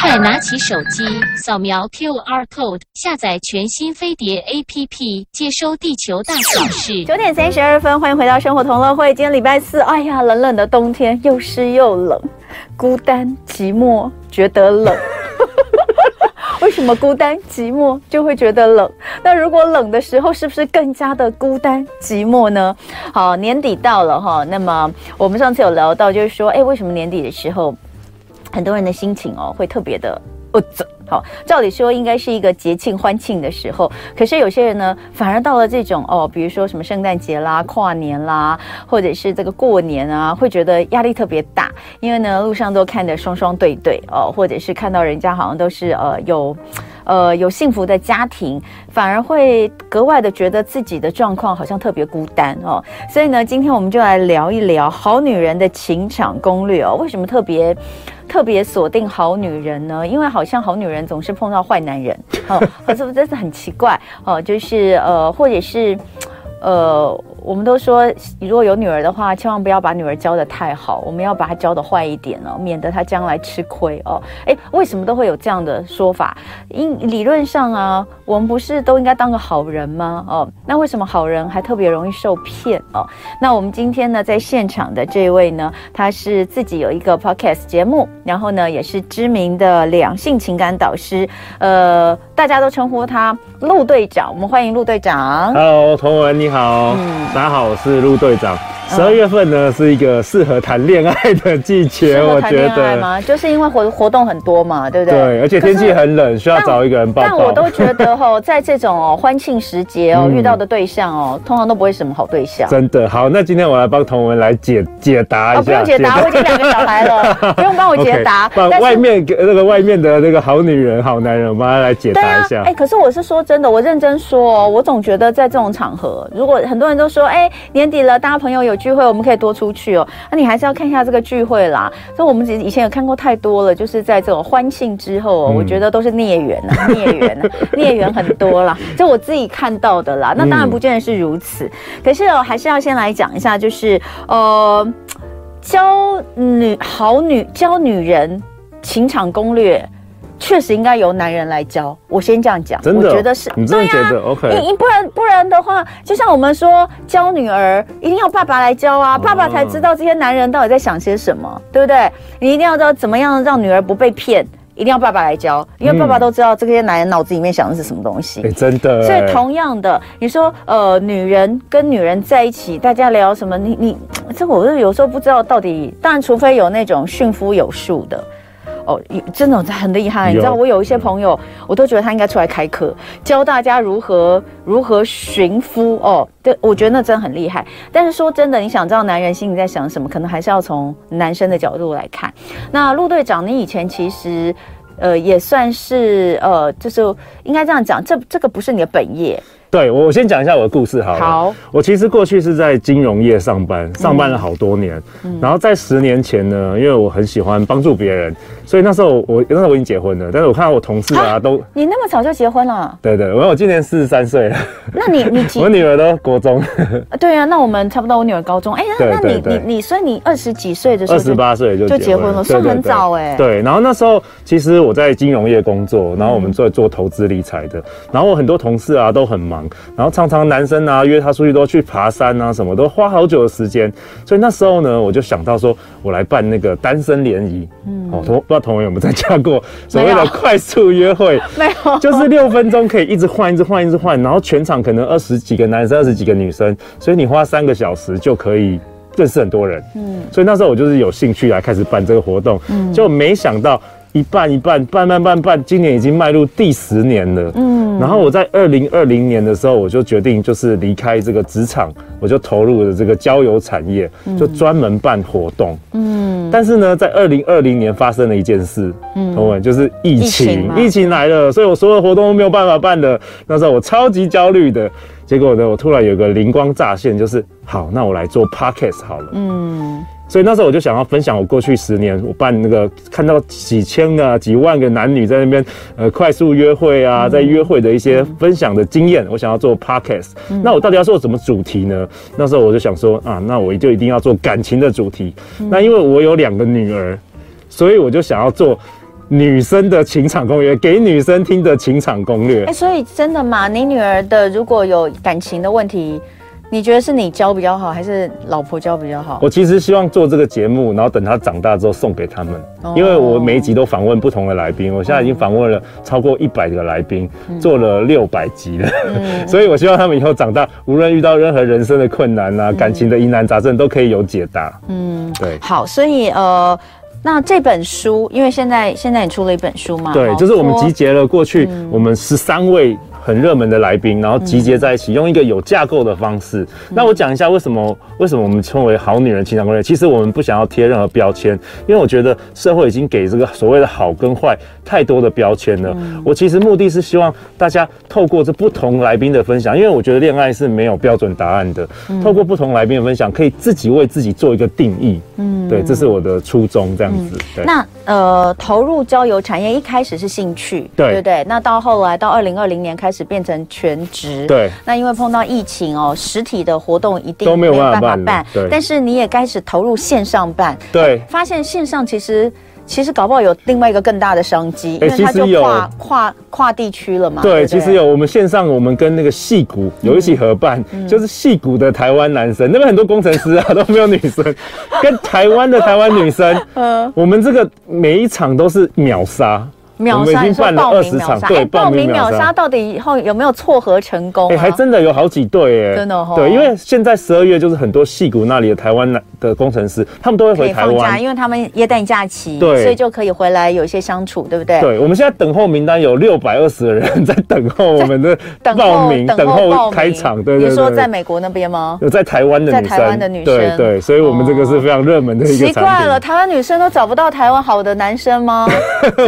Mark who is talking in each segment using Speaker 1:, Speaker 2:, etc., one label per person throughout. Speaker 1: 快拿起手机，扫描 QR code，下载全新飞碟 APP，接收地球大小事。
Speaker 2: 九点三十二分，欢迎回到生活同乐会。今天礼拜四，哎呀，冷冷的冬天，又湿又冷，孤单寂寞，觉得冷。为什么孤单寂寞就会觉得冷？那如果冷的时候，是不是更加的孤单寂寞呢？好，年底到了哈，那么我们上次有聊到，就是说，哎，为什么年底的时候，很多人的心情哦会特别的呃啧。好，照理说应该是一个节庆欢庆的时候，可是有些人呢，反而到了这种哦，比如说什么圣诞节啦、跨年啦，或者是这个过年啊，会觉得压力特别大，因为呢，路上都看得双双对对哦，或者是看到人家好像都是呃有。呃，有幸福的家庭，反而会格外的觉得自己的状况好像特别孤单哦。所以呢，今天我们就来聊一聊好女人的情场攻略哦。为什么特别特别锁定好女人呢？因为好像好女人总是碰到坏男人哦，可是真是很奇怪哦，就是呃，或者是。呃，我们都说，如果有女儿的话，千万不要把女儿教得太好，我们要把她教得坏一点哦，免得她将来吃亏哦。哎，为什么都会有这样的说法？因理论上啊，我们不是都应该当个好人吗？哦，那为什么好人还特别容易受骗哦？那我们今天呢，在现场的这位呢，他是自己有一个 podcast 节目，然后呢，也是知名的两性情感导师，呃，大家都称呼他陆队长，我们欢迎陆队长。
Speaker 3: Hello，童文你好，
Speaker 2: 嗯
Speaker 3: 大家好，我是陆队长。十二月份呢是一个适合谈恋爱的季节，
Speaker 2: 适合
Speaker 3: 我
Speaker 2: 谈
Speaker 3: 觉
Speaker 2: 恋爱
Speaker 3: 得。
Speaker 2: 吗？就是因为活活动很多嘛，对不对？
Speaker 3: 对，而且天气
Speaker 2: 可是。
Speaker 3: 很冷，需要
Speaker 2: 但
Speaker 3: 找一个人抱
Speaker 2: 但我
Speaker 3: 抱。
Speaker 2: 都觉得吼，在这种哦欢庆时节哦，
Speaker 3: 嗯
Speaker 2: 遇到的对象哦，通常都不会什么好对象。
Speaker 3: 真的好，那今天我来帮童文来解解答一
Speaker 2: 哦，
Speaker 3: 下。
Speaker 2: 不用解答，我已经两个小孩 了，不用帮我
Speaker 3: OK，
Speaker 2: 解答。
Speaker 3: 把外面那个外面的那个好女人、好男人，我们来解
Speaker 2: 对
Speaker 3: 答
Speaker 2: 啊
Speaker 3: 一下，
Speaker 2: 哎、。可是我是说真的，我认真说、哦，我总觉得在这种场合，如果很多人都说，哎、年底了，大家朋友有聚会，我们可以多出去哦。那、你还是要看一下这个聚会啦。所以我们以前有看过太多了，就是在这种欢庆之后、哦，
Speaker 3: 嗯
Speaker 2: 我觉得都是孽缘 啊，孽缘啊，孽缘很多啦。就我自己看到的啦，那当然
Speaker 3: 嗯
Speaker 2: 不见得是如此。可是哦，还是要先来讲一下，就是呃，教女好女教女人情场攻略，确实应该由男人来教。我先这样讲，
Speaker 3: 真的哦
Speaker 2: 我觉得是，
Speaker 3: 你真的觉
Speaker 2: 对
Speaker 3: 得
Speaker 2: 啊
Speaker 3: OK
Speaker 2: 你你不然不然的话，就像我们说教女儿一定要爸爸来教
Speaker 3: 哦
Speaker 2: 啊，爸爸才知道这些男人到底在想些什么，对不对？你一定要知道怎么样让女儿不被骗。一定要爸爸来教，因为爸爸
Speaker 3: 嗯
Speaker 2: 都知道这些男人脑子里面想的是什么东西。
Speaker 3: 哎，真的。
Speaker 2: 所以同样的，你说呃，女人跟女人在一起，大家聊什么？你你这我是有时候不知道到底，当然除非有那种驯夫有术的。哦，有真的很厉害，你知道
Speaker 3: 有
Speaker 2: 我有一些朋友，我都觉得他应该出来开课，教大家如何如何寻夫哦。对，我觉得那真的很厉害。但是说真的，你想知道男人心里在想什么，可能还是要从男生的角度来看。那陆队长，你以前其实，呃，也算是呃，就是应该这样讲，这这个不是你的本业。
Speaker 3: 对我我先讲一下我的故事好了。
Speaker 2: 好，
Speaker 3: 我其实过去是在金融业上
Speaker 2: 嗯
Speaker 3: 班，上班了好多年。然后在十年前呢，因为我很喜欢帮助别人，所以那时候我那时候我已经结婚了，但是我看到我同事啊都。
Speaker 2: 你那么早就结婚 了？
Speaker 3: 对对，我我今年四十三岁了，
Speaker 2: 那你你几
Speaker 3: 我？女儿都国中，
Speaker 2: 对啊，那我们差不多，我女儿高中。哎、那
Speaker 3: 对
Speaker 2: 那你
Speaker 3: 对
Speaker 2: 你你，所以你二十几岁的时候
Speaker 3: 二
Speaker 2: 就
Speaker 3: 十八岁就
Speaker 2: 就结
Speaker 3: 结
Speaker 2: 婚
Speaker 3: 婚
Speaker 2: 了
Speaker 3: 了，
Speaker 2: 算
Speaker 3: 对对
Speaker 2: 很
Speaker 3: 对
Speaker 2: 早哎
Speaker 3: 对，然后那时候其实我在金融业工作，然后我们做做投资理财的，然后我很多同事啊都很忙，然后常常男生啊约他出去都去爬山啊，什么都花好久的时间，所以那时候呢，我就想到说，我来办那个单身联谊，嗯，哦，同不知道同学有没有参加 过所谓
Speaker 2: 没有
Speaker 3: 的快速约会，
Speaker 2: 没有，
Speaker 3: 就是六分钟可以一直换，一直换，一直换，然后全场可能二十几个男生，二十几个女生，所以你花三个小时就可以认识很多人。嗯，所以那时候我就是有兴趣来开始办这个活动，就没想到。一半一半，办办办办，今年已经迈入第十年了。嗯，然后我在二零二零年的时候，我就决定就是离开这个职场，我就投入了这个交友产业，就专门办活动。但是呢，在二零二零年发生了一件事，嗯，同文就是疫
Speaker 2: 疫情
Speaker 3: 情
Speaker 2: 嘛，
Speaker 3: 疫情来了，所以我所有的活动都没有办法办了。那时候我超级焦虑的，结果呢，我突然有个灵光乍现，就是好，那我来做 podcast 好了，嗯。所以那时候我就想要分享我过去十年，我办那个看到几千啊、几万个男女在那边呃快速约会啊，在约会的一些分享的经验，我想要做 podcast、那我到底要做什么主题呢？那时候我就想说啊，那我就一定要做感情的主题。那因为我有两个女儿，所以我就想要做女生的情场攻略，给女生听的情场攻略
Speaker 2: 哎、。所以真的吗？你女儿的如果有感情的问题，你觉得是你教比较好，还是老婆教比较好？
Speaker 3: 我其实希望做这个节目，然后等她长大之后送给他们
Speaker 2: 哦，
Speaker 3: 因为我每一集都访问不同的来宾，我现在已经访问了超过一百个来宾，
Speaker 2: 嗯
Speaker 3: 做了六百集了， 所以我希望他们以后长大，无论遇到任何人生的困难啊、感情的疑难杂症，都可以有解答。
Speaker 2: 嗯，
Speaker 3: 对。
Speaker 2: 好，所以呃，那这本书，因为现在现在你出了一本书嘛，
Speaker 3: 对，
Speaker 2: 啊好嗯
Speaker 3: 就是我们
Speaker 2: 说
Speaker 3: 集结了过去我们十三位很热门的来宾，然后集
Speaker 2: 嗯
Speaker 3: 结在一起，用一个有架构的方式。那我讲一下为什么为什么我们称为好女人情感攻略。其实我们不想要贴任何标签，因为我觉得社会已经给这个所谓的好跟坏太多的标签了。
Speaker 2: 嗯
Speaker 3: 我其实目的是希望大家透过这不同来宾的分享，因为我觉得恋爱是没有标准答案的，
Speaker 2: 嗯
Speaker 3: 透过不同来宾的分享，可以自己为自己做一个定义。嗯，对，这是我的初衷，这样子。对。
Speaker 2: 嗯那呃，投入交友产业一开始是兴趣，
Speaker 3: 对
Speaker 2: 不对？那到后来到二零二零年开始变成全职，。
Speaker 3: 对，
Speaker 2: 那因为碰到疫情哦，实体的活动一定
Speaker 3: 都没有办法办了
Speaker 2: 办
Speaker 3: 对
Speaker 2: 但是你也开始投入线上办，
Speaker 3: 对，
Speaker 2: 发现线上其实其实搞不好有另外一个更大的商机，因为
Speaker 3: 哎
Speaker 2: 它
Speaker 3: 其实
Speaker 2: 就
Speaker 3: 有
Speaker 2: 跨跨跨地区了嘛。
Speaker 3: 对，
Speaker 2: 不嗯
Speaker 3: 其实有我们线上，我们跟那个戏谷有一起合办，就是戏谷的台湾男生，那边很多工程师啊都没有女生， 跟台湾的台湾女生，嗯，我们这个每一场都是秒杀，
Speaker 2: 秒
Speaker 3: 我
Speaker 2: 杀，
Speaker 3: 们已
Speaker 2: 你
Speaker 3: 经
Speaker 2: 说
Speaker 3: 办了
Speaker 2: 报
Speaker 3: 二
Speaker 2: 名
Speaker 3: 十
Speaker 2: 秒
Speaker 3: 场，
Speaker 2: 杀，
Speaker 3: 对，
Speaker 2: 哎报
Speaker 3: 报名
Speaker 2: 名秒
Speaker 3: 秒
Speaker 2: 杀
Speaker 3: 杀。
Speaker 2: 到底以后有没有撮合成功、啊？
Speaker 3: 哎、还真的有好几对哎，
Speaker 2: 真的哦
Speaker 3: 对，因为现在十二月就是很多戏谷那里的台湾男的工程师，他们都会
Speaker 2: 可
Speaker 3: 回
Speaker 2: 以
Speaker 3: 台
Speaker 2: 放
Speaker 3: 湾
Speaker 2: 假，，因为他们耶诞假期，
Speaker 3: 对
Speaker 2: 所以就可以回来有一些相处，对不对？
Speaker 3: 对，我们现在等候名单有六百二十个人在等候我们的
Speaker 2: 等候
Speaker 3: 报名，
Speaker 2: 等候报名
Speaker 3: 开场，对对对。
Speaker 2: 你说在美国那边吗？
Speaker 3: 有在台湾的女生，
Speaker 2: 在台湾的女生
Speaker 3: 对对，所以我们这个是非常热门的 一个
Speaker 2: 奇
Speaker 3: 产
Speaker 2: 怪了，
Speaker 3: 品。
Speaker 2: 台湾女生都找不到台湾好的男生 吗？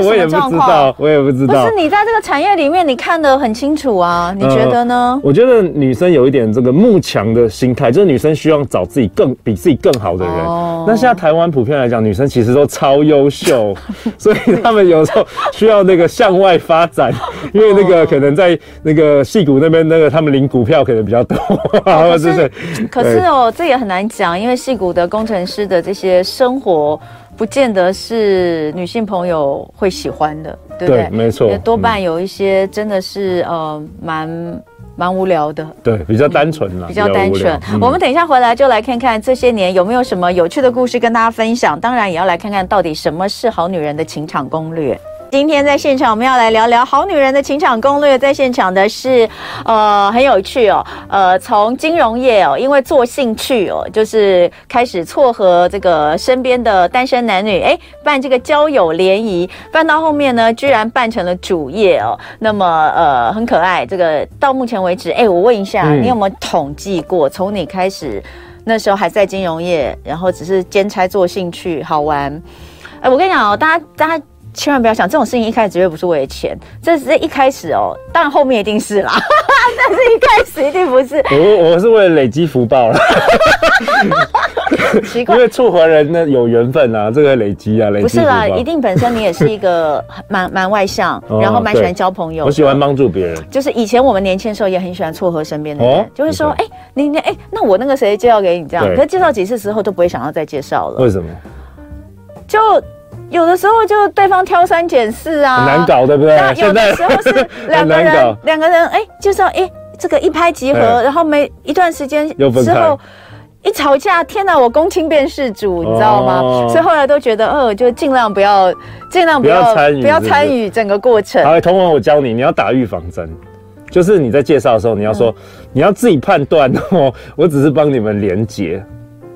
Speaker 3: 我也
Speaker 2: 这什
Speaker 3: 不
Speaker 2: 么状
Speaker 3: 知
Speaker 2: 况
Speaker 3: 道，我也不知
Speaker 2: 不
Speaker 3: 道
Speaker 2: 是。你在这个产业里面，你看得很清楚啊，你
Speaker 3: 嗯
Speaker 2: 觉得呢？
Speaker 3: 我觉得女生有一点这个慕强的心态，就是女生希望找自己更比自己更好的人。
Speaker 2: 哦
Speaker 3: 那现在台湾普遍来讲，女生其实都超优秀，所以她们有时候需要那个向外发 展，因为那个可能在那个戏谷那边，那个他们领股票可能比较多， 或者是
Speaker 2: 可哦是
Speaker 3: 哎
Speaker 2: 哦，这也很难讲，因为戏骨的工程师的这些生活，不见得是女性朋友会喜欢的，对不对？
Speaker 3: 对没错嗯
Speaker 2: 也多半有一些真的是、呃，蛮蛮无聊的。
Speaker 3: 对比较单纯啦，
Speaker 2: 比较单
Speaker 3: 无聊
Speaker 2: 纯。
Speaker 3: 嗯
Speaker 2: 我们等一下回来就来看看这些年有没有什么有趣的故事跟大家分享，当然也要来看看到底什么是好女人的情场攻略。今天在现场，我们要来聊聊好女人的情场攻略。在现场的是，呃，很有趣哦，呃，从金融业哦，因为做兴趣哦，就是开始撮合这个身边的单身男女，哎，办这个交友联谊，办到后面呢，居然办成了主业哦。那么，呃，很可爱。这个到目前为止，哎，我问一下，
Speaker 3: 嗯
Speaker 2: 你有没有统计过，从你开始那时候还在金融业，然后只是兼差做兴趣好玩？哎，我跟你讲哦，大家大家。千万不要想这种事情，一开始绝对不是为了钱，这只是一开始哦，当然后面一定是啦，但 是一开始一定不 是。
Speaker 3: 我我是为了累积福报啦，
Speaker 2: 奇怪
Speaker 3: 因，为撮合人呢有缘分啊，这个累积啊，累积
Speaker 2: 不是
Speaker 3: 福
Speaker 2: 啦，
Speaker 3: 报
Speaker 2: 一。定本身你也是一个蛮蛮外向，
Speaker 3: 哦
Speaker 2: 然后蛮喜欢
Speaker 3: 对
Speaker 2: 交朋友的。
Speaker 3: 我喜欢帮助别人，
Speaker 2: 就是以前我们年轻的时候也很喜欢撮合身边的人，
Speaker 3: 哦
Speaker 2: 就会说，哎、你你哎、那我那个谁介绍给你这样，
Speaker 3: 对
Speaker 2: 可是介绍几次之后都不会想要再介绍了，
Speaker 3: 为什么？
Speaker 2: 就有的时候就对方挑三拣四啊，
Speaker 3: 很难。搞，对不对
Speaker 2: 那？有
Speaker 3: 现
Speaker 2: 的
Speaker 3: 在
Speaker 2: 时候是两
Speaker 3: 很
Speaker 2: 个
Speaker 3: 难
Speaker 2: 人
Speaker 3: 搞，
Speaker 2: 两个人哎、介绍哎、这个一拍即合，
Speaker 3: 哎
Speaker 2: 然后没一段时间
Speaker 3: 又分
Speaker 2: 之
Speaker 3: 开
Speaker 2: 后。一吵架，天哪！我公亲变世主，你知道吗？
Speaker 3: 哦
Speaker 2: 所以后来都觉得，呃，就尽量不要，尽量不
Speaker 3: 不
Speaker 2: 要
Speaker 3: 要参与
Speaker 2: 不要
Speaker 3: 是不是
Speaker 2: 参与整个过程。
Speaker 3: 好，同文，我教你，你要打预防针，就是你在介绍的时候，你要说，
Speaker 2: 嗯
Speaker 3: 你要自己判断哦，我只是帮你们连结，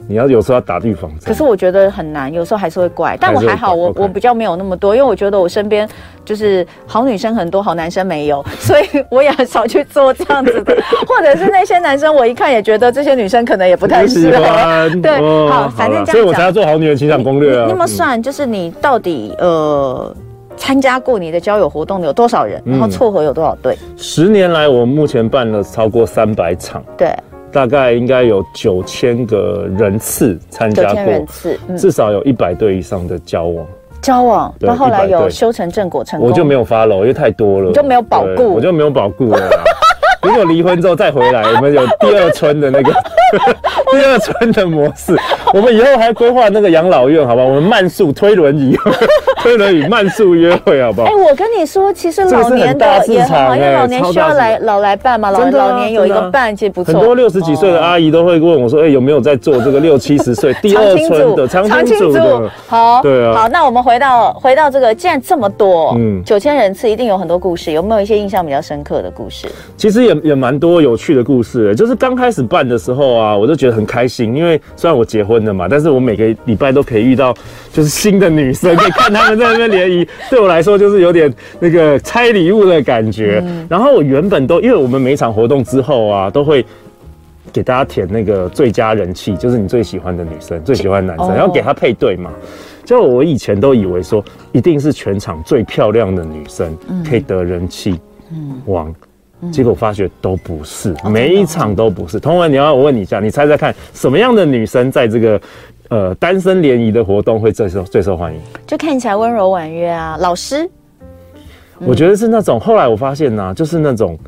Speaker 3: 你要有时候要打预防针。
Speaker 2: 可是我觉得很难，有时候还是会怪。但我还好，
Speaker 3: 还是会怪
Speaker 2: 我
Speaker 3: OK
Speaker 2: 我比较没有那么多，因为我觉得我身边就是好女生很多，好男生没有， 所以我也很少去做这样子 的。或者是那些男生，我一看也觉得这些女生可能也不太
Speaker 3: 不喜
Speaker 2: 适合。
Speaker 3: 欢，
Speaker 2: 对
Speaker 3: 哦
Speaker 2: 好反正
Speaker 3: 啦
Speaker 2: 这样
Speaker 3: 所以我
Speaker 2: 讲
Speaker 3: 才要做好女人情场攻略啊。
Speaker 2: 你有没有
Speaker 3: 嗯
Speaker 2: 算，就是你到底呃参加过你的交友活动的有多少人，然后
Speaker 3: 嗯
Speaker 2: 撮合有多少对？
Speaker 3: 十年来，我目前办了超过三百场，
Speaker 2: 对，
Speaker 3: 大概应该有九千个人次参
Speaker 2: 九
Speaker 3: 加
Speaker 2: 千人
Speaker 3: 过，
Speaker 2: 次，嗯，
Speaker 3: 至少有一百对以上的交往。
Speaker 2: 交往
Speaker 3: 对
Speaker 2: 到后来
Speaker 3: 100
Speaker 2: 有
Speaker 3: 对
Speaker 2: 修成正果成功，
Speaker 3: 我就没有发了，因为太多了，
Speaker 2: 你就没有保固
Speaker 3: 对我就没有保固了啦。如果离婚之后再回来，我们有第二春的那个， 第二春的模式。我们以后还规划那个养老院，好不好？我们慢速推轮椅， 推轮椅慢速约会，好不好
Speaker 2: 哎，？我跟你说，其实
Speaker 3: 这个
Speaker 2: 老
Speaker 3: 是很
Speaker 2: 年
Speaker 3: 大
Speaker 2: 的
Speaker 3: 市
Speaker 2: 也很好，
Speaker 3: 场
Speaker 2: 因为
Speaker 3: 哎
Speaker 2: 老年
Speaker 3: 超
Speaker 2: 需
Speaker 3: 大
Speaker 2: 要
Speaker 3: 市
Speaker 2: 来老来伴嘛，老
Speaker 3: 真的啊
Speaker 2: 老年有一
Speaker 3: 真的
Speaker 2: 个
Speaker 3: 啊
Speaker 2: 伴其实不错。哦
Speaker 3: 很多六十几岁的阿姨都会问我说：“哎、有没有在做这个六七 十岁第
Speaker 2: 长
Speaker 3: 二
Speaker 2: 青
Speaker 3: 春
Speaker 2: 组，
Speaker 3: 的长青
Speaker 2: 青
Speaker 3: 组的
Speaker 2: 好，
Speaker 3: 对啊
Speaker 2: 好，那我们回到回到这个，既然这么多，嗯
Speaker 3: 嗯，
Speaker 2: 九千人次一定有很多故事，有没有一些印象比较深刻的故事？？”
Speaker 3: 其实也也蛮多有趣的故事、就是刚开始办的时候啊，我就觉得很开心，因为虽然我结婚了嘛，但是我每个礼拜都可以遇到就是新的女生，可以看她们在那边联谊， 对我来说就是有点那个拆礼物的感觉。然后我原本都因为我们每一场活动之后啊，都会给大家填那个最佳人气，就是你最喜欢的女生、最喜欢的男生，
Speaker 2: 哦
Speaker 3: 然后给他配对嘛。就我以前都以为说，一定是全场最漂亮的女生可以得人气王，
Speaker 2: 嗯
Speaker 3: 结果发觉都不
Speaker 2: 哦
Speaker 3: 是，每一场都不是。同文，你要我问你一下，你猜猜看，什么样的女生在这个呃单身联谊的活动会最受最受欢迎？
Speaker 2: 就看起来温柔婉约啊，老师，嗯
Speaker 3: 我觉得是那种，后来我发现呢、就是那种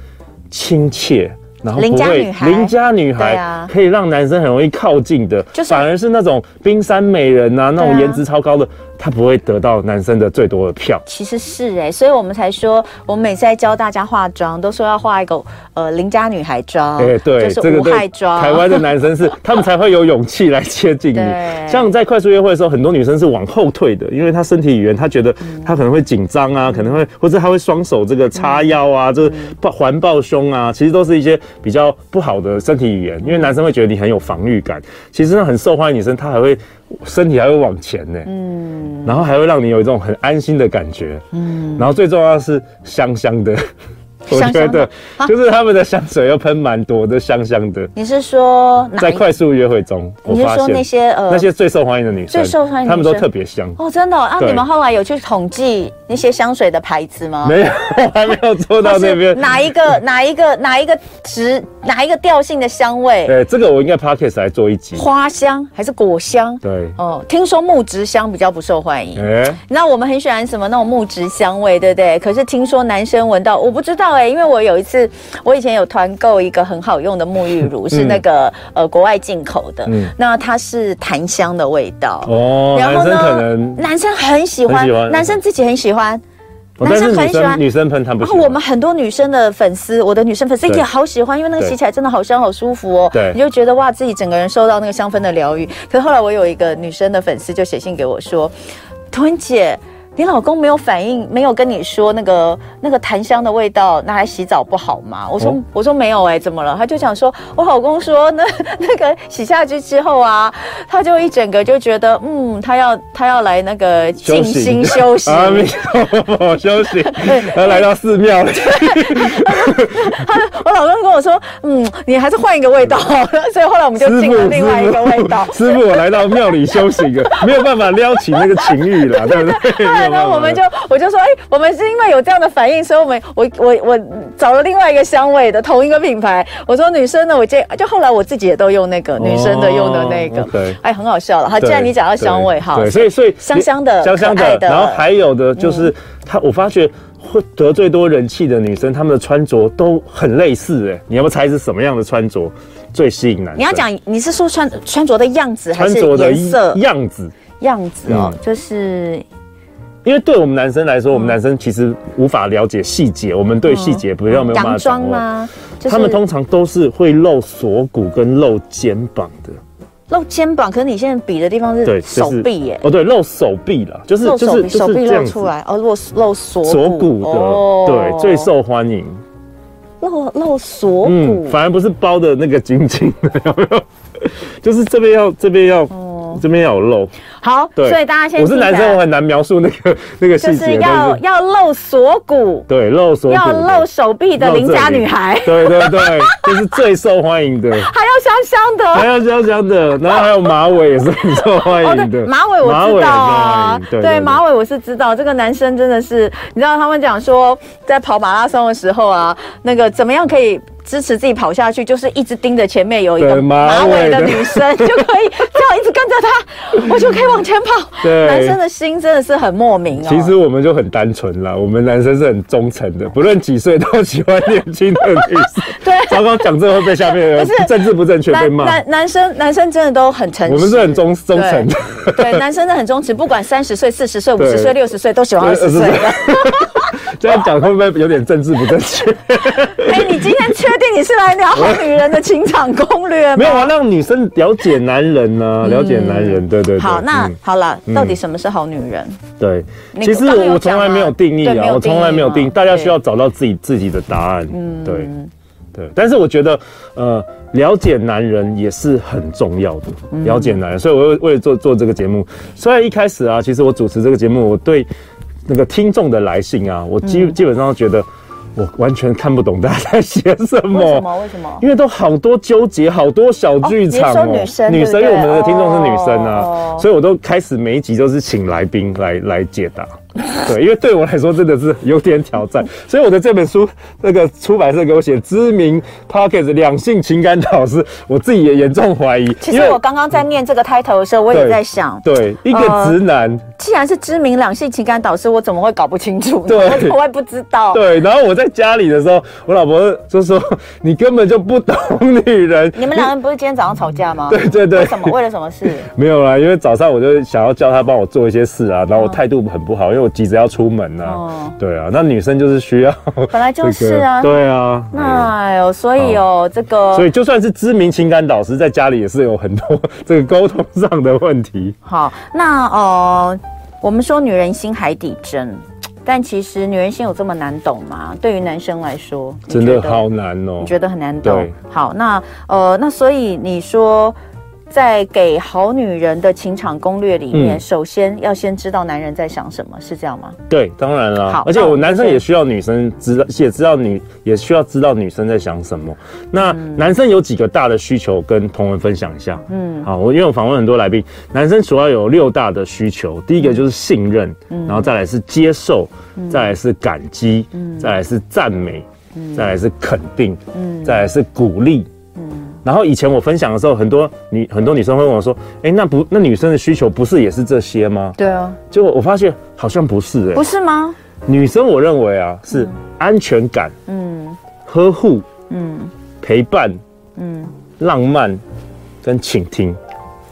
Speaker 3: 亲切。然后不
Speaker 2: 邻家
Speaker 3: 会
Speaker 2: 女孩
Speaker 3: 邻家
Speaker 2: 对
Speaker 3: 女孩
Speaker 2: 啊
Speaker 3: 可以让男生很容易靠近的，
Speaker 2: 就是
Speaker 3: 反而是那种冰山美人啊，那
Speaker 2: 对啊
Speaker 3: 种颜值超高的，她不会得到男生的最多的票。
Speaker 2: 其实是哎、所以我们才说，我们每次在教大家化妆，都说要化一个呃邻家女孩妆，
Speaker 3: 哎，对，
Speaker 2: 就是无害妆，
Speaker 3: 台湾的男生是他们才会有勇气来接近你
Speaker 2: 对。
Speaker 3: 像在快速约会的时候，很多女生是往后退的，因为她身体语言，她觉得
Speaker 2: 嗯
Speaker 3: 她可能会紧张啊，可能会或者她会双手这个叉腰啊，
Speaker 2: 嗯
Speaker 3: 就是抱环抱胸啊，其实都是一些比较不好的身体语言，因为男生会觉得你很有防御感。其实那很受欢迎的女生，她还会身体还会往前呢、嗯，然后还会让你有一种很安心的感觉。嗯，然后最重要的是香香 的。我
Speaker 2: 香
Speaker 3: 觉
Speaker 2: 香的啊
Speaker 3: 得就是他们的香水要喷蛮多的，香香的。
Speaker 2: 你是说哪
Speaker 3: 在
Speaker 2: 一
Speaker 3: 快速约会中，我
Speaker 2: 你是
Speaker 3: 发
Speaker 2: 说
Speaker 3: 现
Speaker 2: 那些呃
Speaker 3: 那些最受欢迎的女生，
Speaker 2: 最受欢迎的女生
Speaker 3: 她们都特别香。
Speaker 2: 哦，真的哦、啊！
Speaker 3: 对
Speaker 2: 你们后来有去统计那些香水的牌子吗？
Speaker 3: 没有，我还没有做
Speaker 2: 或
Speaker 3: 到
Speaker 2: 哦是
Speaker 3: 那边。
Speaker 2: 哪一 个哪一个哪一个值哪一个调性的香味？
Speaker 3: 对，哎这个我应该 podcast 来做一集。
Speaker 2: 花香还是果香？
Speaker 3: 对，
Speaker 2: 哦，听说木质香比较不受欢迎。
Speaker 3: 哎，
Speaker 2: 那我们很喜欢什么那种木质香味，对不对？可是听说男生闻到，我不知道哎、因为我有一次，我以前有团购一个很好用的沐浴乳，是那个呃国外进口的，
Speaker 3: 嗯
Speaker 2: 那它是檀香的味道。
Speaker 3: 哦，男生可能，
Speaker 2: 男生很喜
Speaker 3: 很
Speaker 2: 欢
Speaker 3: 喜，欢
Speaker 2: 男生自己很喜欢，
Speaker 3: 哦但是
Speaker 2: 男生
Speaker 3: 女
Speaker 2: 很喜欢
Speaker 3: 生女生喷她不
Speaker 2: 然
Speaker 3: 喜
Speaker 2: 后
Speaker 3: 欢。
Speaker 2: 我们很多女生的粉丝，我的女生粉丝
Speaker 3: 对
Speaker 2: 也好喜欢，因为那个
Speaker 3: 对
Speaker 2: 洗起来真的好香好舒服哦。
Speaker 3: 对
Speaker 2: 你就觉得哇，自己整个人受到那个香氛的疗愈。可是后来我有一个女生的粉丝就写信给我说，屯姐。你老公没有反应，没有跟你说那个那个檀香的味道拿来洗澡不好吗？我说、
Speaker 3: 哦
Speaker 2: 我说没有哎、怎么了？他就讲说，我老公说那 那个洗下去之后啊，他就一整个就觉得嗯，他要他要来那个静心休 息，
Speaker 3: 阿弥陀佛，休息，然后来到寺庙里，
Speaker 2: 我老公跟我说，嗯，你还是换一个味道， 所以后来我们就
Speaker 3: 嗯师
Speaker 2: 进
Speaker 3: 傅，
Speaker 2: 了另外一个味道
Speaker 3: 师。傅，师傅，我来到庙里修行 了，没有办法撩起那个情欲了，对不对？
Speaker 2: 后来
Speaker 3: 没有办
Speaker 2: 呢，
Speaker 3: 法
Speaker 2: 我们就我就说，哎、我们是因为有这样的反应，所以我们我我我找了另外一个香味的同一个品牌。我说女生的，我建就后来我自己也都用那个女生的用的那个，
Speaker 3: 哦，OK
Speaker 2: 哎，很好笑了。好，既
Speaker 3: 对
Speaker 2: 然你讲到香味，
Speaker 3: 对
Speaker 2: 哈，
Speaker 3: 对，所以所以
Speaker 2: 香香的
Speaker 3: 香香
Speaker 2: 可爱
Speaker 3: 的，
Speaker 2: 的嗯
Speaker 3: 然后还有的就是她，我发觉会得最多人气的女生，她们的穿着都很类似，哎，你要不要猜是什么样的穿着最吸引男生？
Speaker 2: 你要讲你是说穿穿着的样子还
Speaker 3: 穿
Speaker 2: 是
Speaker 3: 着的
Speaker 2: 颜色
Speaker 3: 样子。
Speaker 2: 样子哦，
Speaker 3: 嗯
Speaker 2: 就是
Speaker 3: 因为对我们男生来说，
Speaker 2: 嗯
Speaker 3: 我们男生其实无法了解细节，我们对细节比较没有办
Speaker 2: 洋
Speaker 3: 法掌
Speaker 2: 装啊
Speaker 3: 握。
Speaker 2: 吗？就是
Speaker 3: 他们通常都是会露锁骨跟露肩膀的，
Speaker 2: 露肩膀，可是你现在比的地方是
Speaker 3: 对，就是
Speaker 2: 嗯手臂耶。
Speaker 3: 哦，对，露手臂啦，就是
Speaker 2: 露
Speaker 3: 就
Speaker 2: 手
Speaker 3: 是
Speaker 2: 臂，
Speaker 3: 就
Speaker 2: 手
Speaker 3: 是
Speaker 2: 臂
Speaker 3: 这样
Speaker 2: 露
Speaker 3: 子
Speaker 2: 出，来，哦，露露锁骨，
Speaker 3: 锁骨的，
Speaker 2: 哦
Speaker 3: 对，最受欢迎。
Speaker 2: 露露锁
Speaker 3: 嗯，
Speaker 2: 骨，
Speaker 3: 反而不是包的那个紧紧的，有没有？ 就是这边要这边要、这边要有肉。
Speaker 2: 好，
Speaker 3: 对，
Speaker 2: 哦所以大家先
Speaker 3: 我是
Speaker 2: 记起来
Speaker 3: 男生，我很难描述那个 那个
Speaker 2: 就
Speaker 3: 细
Speaker 2: 是
Speaker 3: 节，
Speaker 2: 要
Speaker 3: 但是
Speaker 2: 要露锁骨，
Speaker 3: 对露锁骨
Speaker 2: 要露
Speaker 3: 的
Speaker 2: 手臂的
Speaker 3: 露这
Speaker 2: 邻家
Speaker 3: 里，
Speaker 2: 女孩
Speaker 3: 对对对，这是最受欢迎的。
Speaker 2: 还要香香
Speaker 3: 还
Speaker 2: 的。
Speaker 3: 有香香的，然后还有马尾也是很受欢迎的。
Speaker 2: 哦马尾我知道啊
Speaker 3: 马尾很受欢迎，对
Speaker 2: 对，马尾我是知道。这个男生真的是，你知道他们讲说，在跑马拉松的时候啊，那个怎么样可以支持自己跑下去，就是一直盯着前面有一个
Speaker 3: 对马
Speaker 2: 马尾
Speaker 3: 尾
Speaker 2: 的
Speaker 3: 的
Speaker 2: 女生，就可以这样一直跟着了它，我就可以往前跑。
Speaker 3: 对
Speaker 2: 男生的心真的是很莫名哦。
Speaker 3: 其实我们就很单纯啦，我们男生是很忠诚的，不论几岁都喜欢年轻的女 生。
Speaker 2: 对
Speaker 3: 糟糕，讲这个会被下面的人
Speaker 2: 不是
Speaker 3: 政治不正确被
Speaker 2: 男
Speaker 3: 骂。
Speaker 2: 男男生男生真的都很诚实，
Speaker 3: 我们是很忠忠诚的，
Speaker 2: 对，男生真的很忠实，不管三十岁、四十岁、五十岁、六十岁，都喜
Speaker 3: 呃
Speaker 2: 欢二十岁的。
Speaker 3: 这样讲会不会有点政治不正确？
Speaker 2: 哎，你今天确定你是来聊好女人的情场攻略吗？
Speaker 3: 没有啊，让女生了解男人呢、了解男人，对对对。
Speaker 2: 好，那
Speaker 3: 嗯
Speaker 2: 好了，
Speaker 3: 嗯
Speaker 2: 到底什么是好女人？
Speaker 3: 对，
Speaker 2: 那个
Speaker 3: 其实
Speaker 2: 刚刚有
Speaker 3: 我从来
Speaker 2: 讲啊
Speaker 3: 没有定义
Speaker 2: 对没
Speaker 3: 啊，
Speaker 2: 有
Speaker 3: 我从来没有
Speaker 2: 定义
Speaker 3: 定
Speaker 2: 嘛
Speaker 3: 义，大家
Speaker 2: 对嗯
Speaker 3: 需要找到自己自己的答案。对，对。但是我觉得，呃，了解男人也是很重要的，了
Speaker 2: 嗯
Speaker 3: 解男人。所以我为为了做做这个节目，虽然一开始啊，其实我主持这个节目，我对那个听众的来信啊，我
Speaker 2: 嗯
Speaker 3: 基基本上觉得我完全看不懂大家在写什
Speaker 2: 为什
Speaker 3: 么。
Speaker 2: 么？为什么？
Speaker 3: 因为都好多纠结，好多小剧
Speaker 2: 哦你是
Speaker 3: 场
Speaker 2: 说女生
Speaker 3: 女生，
Speaker 2: 对
Speaker 3: 因
Speaker 2: 不对
Speaker 3: 为我们的听众是女生啊，
Speaker 2: 哦
Speaker 3: 所以我都开始每一集都是请来宾来来解答。 对，因为对我来说真的是有点挑战， 所以我的这本书那个出版社给我写知名 p o c k e t 两性情感导师，我自己也严重怀疑，
Speaker 2: 其实我刚刚在念这个 title 的时候，我也在想，
Speaker 3: 对一个
Speaker 2: 呃
Speaker 3: 直男，
Speaker 2: 既然是知名两性情感导师，我怎么会搞不清楚呢？
Speaker 3: 对
Speaker 2: 我怎么会不知道？
Speaker 3: 对，然后我在家里的时候，我老婆就说 你根本就不懂女人，
Speaker 2: 你们两个人不是今天早上吵架吗？
Speaker 3: 对对对
Speaker 2: 为什么？为了什么事？
Speaker 3: 没有啦，因为早上我就想要叫他帮我做一些事啊，然后我态度很不好，因为我急着要出门呐、
Speaker 2: 嗯哦
Speaker 3: 对 啊，那女生就是 需要这个，
Speaker 2: 本来就是啊
Speaker 3: 对啊。嗯
Speaker 2: 那哎呦，所以哦，这个
Speaker 3: 所以就算是知名情感导师，在家里也是有很多 这个沟通上的问题。
Speaker 2: 好，那呃，我们说女人心海底针，但其实女人心有这么难懂吗？对于男生来说，你
Speaker 3: 真
Speaker 2: 觉
Speaker 3: 的
Speaker 2: 得
Speaker 3: 好难哦、
Speaker 2: 你觉得很难懂
Speaker 3: 对？
Speaker 2: 好，那呃，那所以你说。在给好女人的情场攻略里面，
Speaker 3: 嗯
Speaker 2: 首先要先知道男人在想什么，是这样吗？
Speaker 3: 对，当然
Speaker 2: 好
Speaker 3: 啦，而且
Speaker 2: 那我
Speaker 3: 我
Speaker 2: 们
Speaker 3: 男生
Speaker 2: 就
Speaker 3: 也需要女生知道，也知道女也需要知道女生在想什么。那
Speaker 2: 嗯
Speaker 3: 男生有几个大的需求跟同文分享一下。嗯，好，我因为我访问很多来宾，男生主要有六大的需求，第一个就是信任，
Speaker 2: 嗯
Speaker 3: 然后再来是接受，再来是感激，
Speaker 2: 嗯
Speaker 3: 再来是赞美，再来是肯定，
Speaker 2: 嗯
Speaker 3: 再来是鼓励。然后以前我分享的时候，很多女很多女生会问我说：“哎，那不那女生的需求不是也是这些吗
Speaker 2: 对啊，？”
Speaker 3: 结果我发现好像不是哎、
Speaker 2: 不是吗？
Speaker 3: 女生我认为啊是安全感，嗯，呵护，嗯，陪伴，嗯，浪漫跟倾听，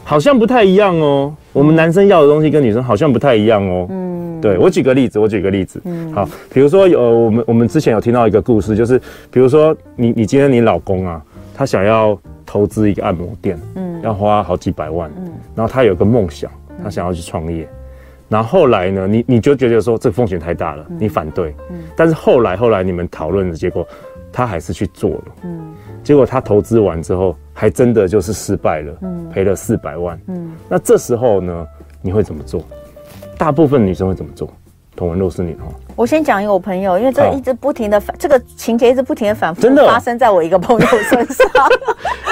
Speaker 3: 好像不太一样哦。我们男生要的东西跟女生好像不太一样哦。嗯，对我举个例子，我举个例子，好，比如说有呃我们我们之前有听到一个故事，就是比如说你你今天你老公啊，他想要投资一个按摩店，嗯，要花好几百万，嗯，然后他有个梦想，他想要去创业。然后后来呢，你你就觉得说这个风险太大了，你反对。但是后来后来你们讨论的结果，他还是去做了。
Speaker 2: 嗯
Speaker 3: 结果他投资完之后，还真的就是失败了，
Speaker 2: 嗯
Speaker 3: 赔了四百万。那这时候呢，你会怎么做？大部分女生会怎么做？同文若是你 的话，
Speaker 2: 我先讲一个我朋友，因为这个
Speaker 3: 好
Speaker 2: 一直不停的反，这个情节一直不停的反复，
Speaker 3: 嗯真的哦
Speaker 2: 发生在我一个朋友身 上。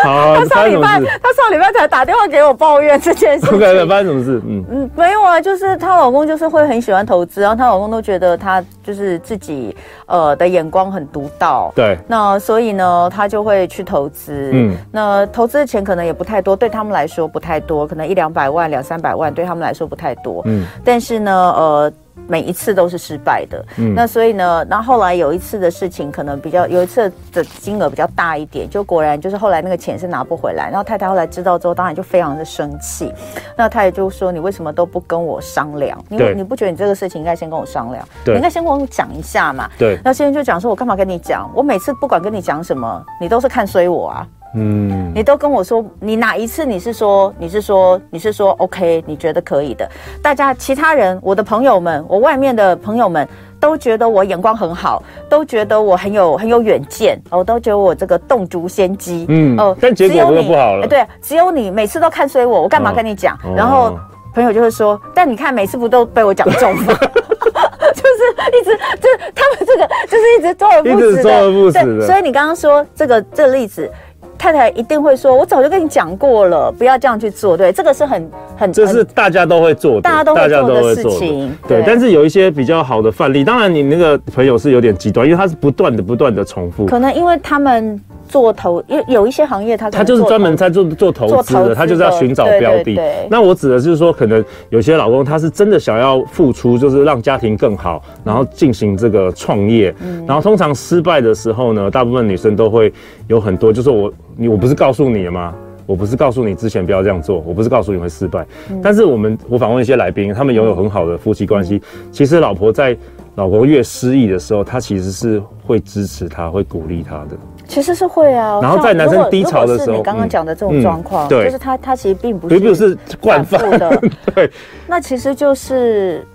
Speaker 3: 好，
Speaker 2: 他上
Speaker 3: 发生
Speaker 2: 礼
Speaker 3: 什
Speaker 2: 拜
Speaker 3: 么事？
Speaker 2: 他上礼拜才打电话给我抱怨这件 事
Speaker 3: 不可能
Speaker 2: 情。
Speaker 3: 发生什么事？嗯，
Speaker 2: 嗯，没有啊，就是她老公就是会很喜欢投资，然后她老公都觉得她就是自己呃的眼光很独到。
Speaker 3: 对，
Speaker 2: 那所以呢，她就会去投资。嗯
Speaker 3: 嗯，
Speaker 2: 那投资的钱可能也不太多，对他们来说不太多，可能一两百万、两三百万对他们来说不太多。
Speaker 3: 嗯，
Speaker 2: 但是呢，呃，每一次都是失败的。
Speaker 3: 嗯
Speaker 2: 那所以呢，然后后来有一次的事情，可能比较有一次的金额比较大一点，就果然就是后来那个钱是拿不回来。然后太太后来知道之后，当然就非常的生气。那太太就说：“你为什么都不跟我商量？你
Speaker 3: 嗯对
Speaker 2: 你不觉得你这个事情应该先跟我商量？你
Speaker 3: 对
Speaker 2: 应该先跟我讲一下嘛。”
Speaker 3: 对，
Speaker 2: 那先生就讲说，我干嘛跟你讲？我每次不管跟你讲什么，你都是看衰我啊！
Speaker 3: 嗯，
Speaker 2: 你都跟我说，你哪一次你是说你是说你是说 OK，你觉得可以的？大家其他人，我的朋友们，我外面的朋友们。都觉得我眼光很好，都觉得我很有很有远见，哦，都觉得我这个洞烛先机，
Speaker 3: 嗯但结
Speaker 2: 哦只
Speaker 3: 果
Speaker 2: 有
Speaker 3: 都
Speaker 2: 你
Speaker 3: 不好了
Speaker 2: 哎对，只有你每次都看衰我，我干嘛
Speaker 3: 哦
Speaker 2: 跟你讲？
Speaker 3: 哦
Speaker 2: 然后朋友就会说，但你看每次不都被我讲中吗？ 就是一直就是他们这个就是一直周而不
Speaker 3: 一
Speaker 2: 止的，
Speaker 3: 直周而不止的
Speaker 2: 对所以你刚刚说这个这个例子。太太一定会说：“我早就跟你讲过了，不要这样去做。”对，这个是很很
Speaker 3: 这是
Speaker 2: 很
Speaker 3: 大家都会做的，
Speaker 2: 大家都会做的事
Speaker 3: 做的
Speaker 2: 情对
Speaker 3: 对，但是有一些比较好的范例，当然你那个朋友是有点极端，因为他是不断的、不断的重复。
Speaker 2: 可能因为他们做投，因为有一些行业他可能
Speaker 3: 他就
Speaker 2: 嗯
Speaker 3: 是
Speaker 2: 做
Speaker 3: 专门
Speaker 2: 投
Speaker 3: 在做做投
Speaker 2: 做
Speaker 3: 资
Speaker 2: 投资
Speaker 3: 的，
Speaker 2: 的
Speaker 3: 他就是要寻找
Speaker 2: 对对
Speaker 3: 标的
Speaker 2: 对。
Speaker 3: 那我指的是说，可能有些老公他是真的想要付出，就是让家庭更好，然后进行这个创业。
Speaker 2: 嗯
Speaker 3: 然后通常失败的时候呢，大部分女生都会有很多，就是我你我不是告诉你了吗？我不是告诉你之前不要这样做，我不是告诉你会失败。
Speaker 2: 嗯
Speaker 3: 但是我们我访问一些来宾，他们拥有很好的夫妻关系，
Speaker 2: 嗯
Speaker 3: 其实老婆在老公越失意的时候，她其实是会支持他，会鼓励他的。
Speaker 2: 其实是会啊。
Speaker 3: 嗯然后
Speaker 2: 像
Speaker 3: 在男生
Speaker 2: 如果
Speaker 3: 低潮的
Speaker 2: 如果
Speaker 3: 时
Speaker 2: 是
Speaker 3: 候
Speaker 2: 你刚刚
Speaker 3: 嗯
Speaker 2: 讲的这种
Speaker 3: 嗯
Speaker 2: 状况，
Speaker 3: 对
Speaker 2: 就是他他其实并不
Speaker 3: 并不
Speaker 2: 是
Speaker 3: 是惯
Speaker 2: 反
Speaker 3: 犯
Speaker 2: 复的，
Speaker 3: 对。
Speaker 2: 那其实就是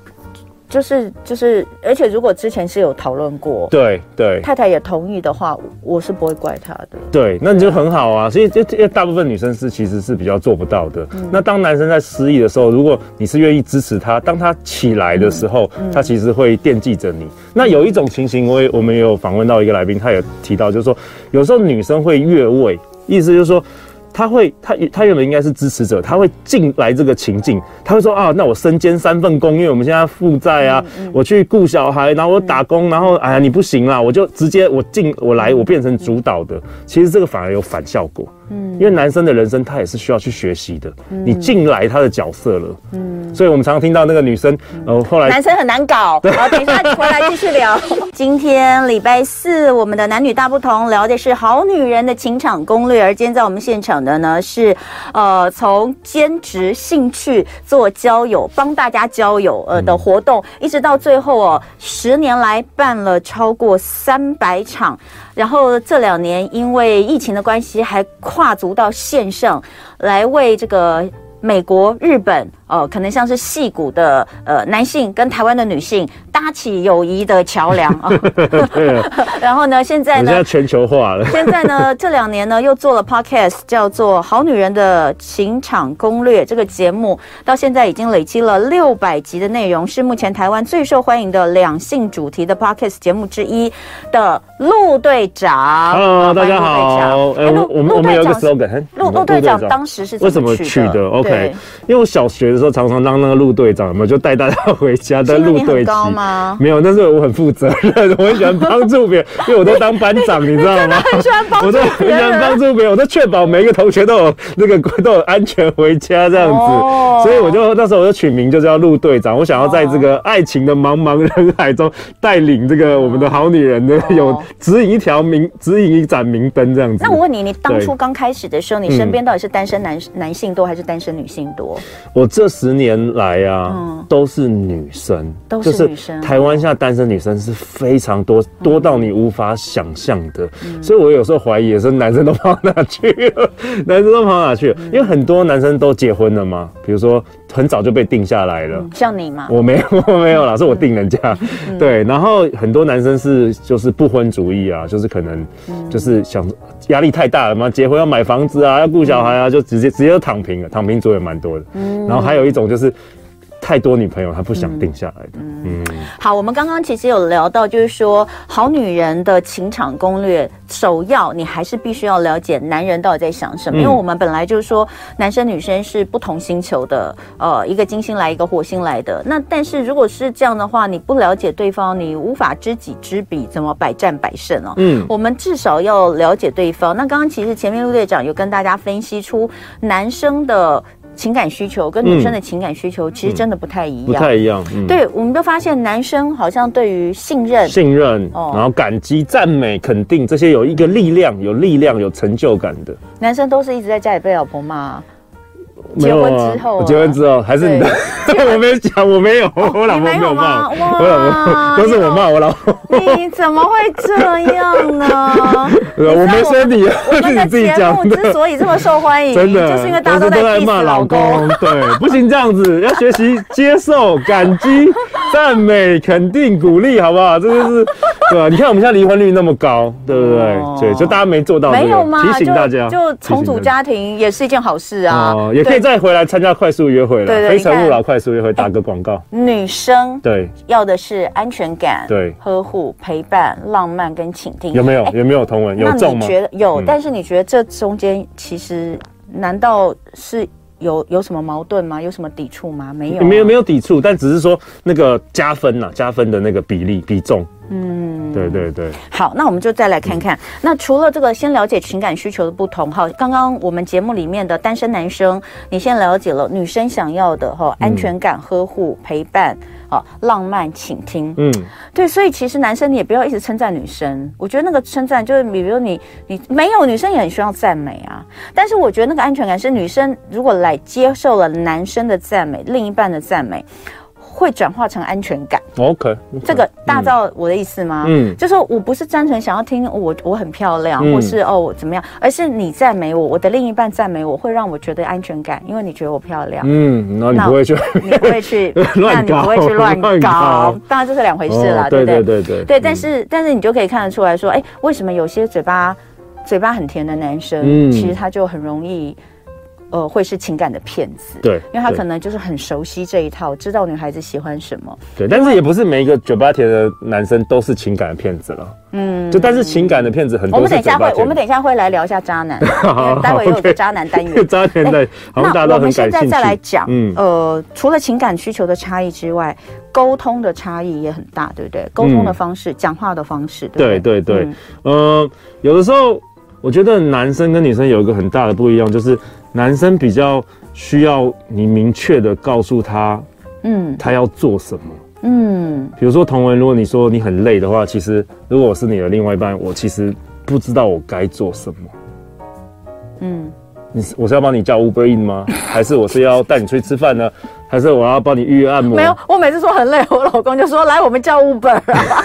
Speaker 2: 就是就是，而且如果之前是有讨论过，
Speaker 3: 对对
Speaker 2: 太太也同意的话，我我是不会怪他的。
Speaker 3: 对，那你就很好啊。所以这这大部分女生是其实是比较做不到的。那当男生在失意的时候，如果你是愿意支持他，当他起来的时候，他其实会惦记着你。那有一种情形，我也我们也有访问到一个来宾，他也提到，就是说有时候女生会越位，意思就是说。他会，他他原本应该是支持者，他会进来这个情境，他会说啊，那我身兼三份工，因为我们现在负债啊，
Speaker 2: 嗯
Speaker 3: 我去雇小孩，然后我打工，然后哎呀你不行啦，我就直接我进我
Speaker 2: 嗯
Speaker 3: 来，我变成主导的。其实这个反而有反效果，嗯，因为男生的人生他也是需要去学习的，
Speaker 2: 嗯
Speaker 3: 你进来他的角色了，嗯，所以我们常听到那个女生，
Speaker 2: 嗯
Speaker 3: 呃，后来
Speaker 2: 男生很难搞。好，等一 下回来继续聊。今天礼拜四，我们的男女大不同聊的是好女人的情场攻略，而今天在我们现场的呢是，呃，从兼职兴趣做交友，帮大家交友呃
Speaker 3: 嗯
Speaker 2: 的活动，一直到最后哦，十年来办了超过三百场，然后这两年因为疫情的关系，还跨足到线上来为这个。美国、日本，呃，可能像是戏骨的呃男性跟台湾的女性搭起友谊的桥梁 啊、
Speaker 3: 对，我
Speaker 2: 然后呢，现在
Speaker 3: 们现
Speaker 2: 呢
Speaker 3: 在，全球化了，
Speaker 2: 现在呢，这两年呢又做了 podcast，叫做《好女人的情场攻略》这个节目，到现在已经累积了六百集的内容，是目前台湾最受欢迎的两性主题的 podcast 节目之一的陆队长。啊
Speaker 3: Hello，大
Speaker 2: 欢迎陆队
Speaker 3: 家
Speaker 2: 长
Speaker 3: 好，
Speaker 2: 哎
Speaker 3: 呃，我
Speaker 2: 陆
Speaker 3: 我们我
Speaker 2: 陆
Speaker 3: 们有
Speaker 2: 队
Speaker 3: 一个
Speaker 2: 长是
Speaker 3: slogan，
Speaker 2: 陆陆队长当时是
Speaker 3: 为什么取的？OK，因为我小学的时候常常当那个路队长，有没有就带大家回家
Speaker 2: 对
Speaker 3: 当
Speaker 2: 是因为
Speaker 3: 路
Speaker 2: 你
Speaker 3: 队嗯
Speaker 2: 很
Speaker 3: 旗。
Speaker 2: 高吗？
Speaker 3: 没有，但是我很负责任，我很喜欢帮助别人，因为我都当班长，你知道吗？
Speaker 2: 很喜欢帮
Speaker 3: 我
Speaker 2: 助
Speaker 3: 都
Speaker 2: 别
Speaker 3: 很喜欢
Speaker 2: 人
Speaker 3: 帮。助别人，我都确保每一个同学都有那个 都有安全回家这样子，
Speaker 2: 哦
Speaker 3: 所以我就那时候我就取名就叫陆队长，我想要在
Speaker 2: 哦
Speaker 3: 这个爱情的茫茫人海中带领这个我们的好女人
Speaker 2: 哦
Speaker 3: 呢，有指引一条明，指引一盏明灯这样子。
Speaker 2: 那我问你，你当初
Speaker 3: 对嗯
Speaker 2: 刚开始的时候，你身边到底是单身男、男性多还是单身女性多？
Speaker 3: 我这十年来啊，
Speaker 2: 嗯
Speaker 3: 都是女生，
Speaker 2: 都是女生嗯
Speaker 3: 就是台湾现在单身女生是非常多，多到你无法想象的。所以我有时候怀疑，也是男生都跑哪去了， 男生都跑哪
Speaker 2: 嗯
Speaker 3: 去了？因为很多男生都结婚了嘛，比如说很早就被定下来了。
Speaker 2: 像你嘛？
Speaker 3: 我没有，我没
Speaker 2: 嗯
Speaker 3: 有啦，是我定人家。对，然后很多男生是就是不婚主义啊，就是可能
Speaker 2: 嗯
Speaker 3: 就是想压力太大了嘛，结婚要买房子啊，要顾小孩
Speaker 2: 嗯
Speaker 3: 啊，就直接直接就躺平了，躺平族也蛮多的。然后还有一种就是。太多女朋友，他不想定下来的。嗯，
Speaker 2: 好，我们刚刚其实有聊到，就是说好女人的情场攻略，首要你还是必须要了解男人到底在想什么，
Speaker 3: 嗯
Speaker 2: 因为我们本来就是说男生女生是不同星球的，呃，一个金星来，一个火星来的。那但是如果是这样的话，你不了解对方，你无法知己知彼，怎么百战百胜哦？
Speaker 3: 嗯
Speaker 2: 我们至少要了解对方。那刚刚其实前面陆队长有跟大家分析出男生的。情感需求跟女生
Speaker 3: 嗯
Speaker 2: 的情感需求其实真的不太一
Speaker 3: 不
Speaker 2: 样，
Speaker 3: 太一样。嗯，
Speaker 2: 对，我们都发现男生好像对于信任，
Speaker 3: 信任，
Speaker 2: 哦
Speaker 3: 然后感激、赞美、肯定，这些有一个力量，有力量、有成就感的。
Speaker 2: 男生都是一直在家里被老婆骂。
Speaker 3: 没有
Speaker 2: 结
Speaker 3: 啊
Speaker 2: 婚之后啊
Speaker 3: 结婚之后还是你的， 我没讲，我没有，我老
Speaker 2: 哦你
Speaker 3: 婆
Speaker 2: 没
Speaker 3: 没
Speaker 2: 有
Speaker 3: 有
Speaker 2: 吗
Speaker 3: 骂
Speaker 2: 哇
Speaker 3: 我， 我老婆都是
Speaker 2: 啊
Speaker 3: 我骂我老婆。
Speaker 2: 你怎么会这样呢？
Speaker 3: 对啊，我没说你啊，
Speaker 2: 我
Speaker 3: 是
Speaker 2: 们的
Speaker 3: 你自己
Speaker 2: 节
Speaker 3: 讲
Speaker 2: 目之
Speaker 3: 的，
Speaker 2: 所以这么受欢迎，
Speaker 3: 真的，
Speaker 2: 就是因为大家都
Speaker 3: 我是
Speaker 2: 在 diss
Speaker 3: 骂
Speaker 2: 老公。，
Speaker 3: 对，不行这 样子，要学习接受、感激、赞美、肯定、鼓励，好不好？这就是，对啊吧、你看我们现在离婚率那么高，对不对？
Speaker 2: 哦
Speaker 3: 对，就大家没做到、这个
Speaker 2: 没有吗？
Speaker 3: 提醒大家，
Speaker 2: 就就重组
Speaker 3: 提醒大家。
Speaker 2: 家庭也是一件好事啊。
Speaker 3: 哦，也可
Speaker 2: 对
Speaker 3: 以再回来参加快速约会了，
Speaker 2: 对对
Speaker 3: 非诚
Speaker 2: 你
Speaker 3: 勿
Speaker 2: 看
Speaker 3: 扰快速约会打个广告，
Speaker 2: 女生
Speaker 3: 对，
Speaker 2: 要的是安全感、
Speaker 3: 对
Speaker 2: 呵护、陪伴、浪漫跟倾听。
Speaker 3: 有没有
Speaker 2: 哎
Speaker 3: 有没有同文有
Speaker 2: 那
Speaker 3: 中
Speaker 2: 你
Speaker 3: 吗？
Speaker 2: 觉得有？
Speaker 3: 嗯
Speaker 2: 但是你觉得这中间其实难道是有有什么矛盾吗？有什么抵触吗？没有、啊
Speaker 3: 没有没
Speaker 2: 有。
Speaker 3: 啊有抵触，但只是说那个加分呐、加分的那个比例比重
Speaker 2: 嗯，
Speaker 3: 对对对，
Speaker 2: 好，那我们就再来看看。那除了这个，先了解情感需求的不同哈。刚刚我们节目里面的单身男生，你先了解了女生想要的哈，安全感、呵护、陪伴，好，浪漫、倾听。
Speaker 3: 嗯，
Speaker 2: 对，所以其实男生你也不要一直称赞女生，我觉得那个称赞就是，比如你你没有女生也很需要赞美啊。但是我觉得那个安全感是女生如果来接受了男生的赞美，另一半的赞美，会转化成安全感。
Speaker 3: OK，
Speaker 2: 这个大到我的意思吗？
Speaker 3: 嗯
Speaker 2: 就是我不是单纯想要听我我很漂亮，
Speaker 3: 嗯
Speaker 2: 或是哦我怎么样，而是你赞美我，我的另一半赞美我会让我觉得安全感，因为你觉得我漂亮，
Speaker 3: 嗯，然后你
Speaker 2: 那
Speaker 3: 不会去
Speaker 2: 你不会去那
Speaker 3: 乱
Speaker 2: 你
Speaker 3: 搞
Speaker 2: 不会去乱
Speaker 3: 乱
Speaker 2: 搞
Speaker 3: 搞，
Speaker 2: 当然这是两回事啦，
Speaker 3: 哦
Speaker 2: 对不
Speaker 3: 对
Speaker 2: 对？
Speaker 3: 对对
Speaker 2: 对，但是但是你就可以看得出来说，哎，为什么有些嘴巴嘴巴很甜的男生，
Speaker 3: 嗯
Speaker 2: 其实他就很容易，呃，会是情感的骗子。
Speaker 3: 对，
Speaker 2: 因为他
Speaker 3: 对
Speaker 2: 可能就是很熟悉这一套，知道女孩子喜欢什么。
Speaker 3: 对，但是也不是每一个嘴巴甜的男生都是情感的骗子了。嗯，就但是情感的骗子很
Speaker 2: 我
Speaker 3: 多
Speaker 2: 们
Speaker 3: 是
Speaker 2: 等一
Speaker 3: 嘴
Speaker 2: 下
Speaker 3: 巴
Speaker 2: 会，我
Speaker 3: 甜
Speaker 2: 们
Speaker 3: 的。
Speaker 2: 等一下会来聊一下 渣男，
Speaker 3: 好
Speaker 2: 因为待会又有个
Speaker 3: OK。
Speaker 2: 渣男单元
Speaker 3: 渣男
Speaker 2: 哎
Speaker 3: 的， 好像大家
Speaker 2: 那
Speaker 3: 都
Speaker 2: 我们
Speaker 3: 很感
Speaker 2: 现
Speaker 3: 兴
Speaker 2: 在
Speaker 3: 趣。
Speaker 2: 再来讲，
Speaker 3: 嗯
Speaker 2: 呃，除了情感需求的差异之外，沟通的差异也很大，对不对？沟通的方式、讲话的方式，对
Speaker 3: 嗯对
Speaker 2: 不对？
Speaker 3: 对对
Speaker 2: 嗯，
Speaker 3: 呃，有的时候我觉得男生跟女生有一个很大的不一样，就是男生比较需要你明确的告诉他
Speaker 2: 嗯
Speaker 3: 他要做什么。
Speaker 2: 嗯
Speaker 3: 比如说同文，如果你说你很累的话，其实如果我是你的另外一半，我其实不知道我该做什么。
Speaker 2: 嗯，
Speaker 3: 你是我是要帮你叫 Uber In 吗？还是我是要带你出去吃饭呢？还是我要帮你预约按摩？
Speaker 2: 没有，我每次说很累，我老公就说来，我们叫 Uber 啊。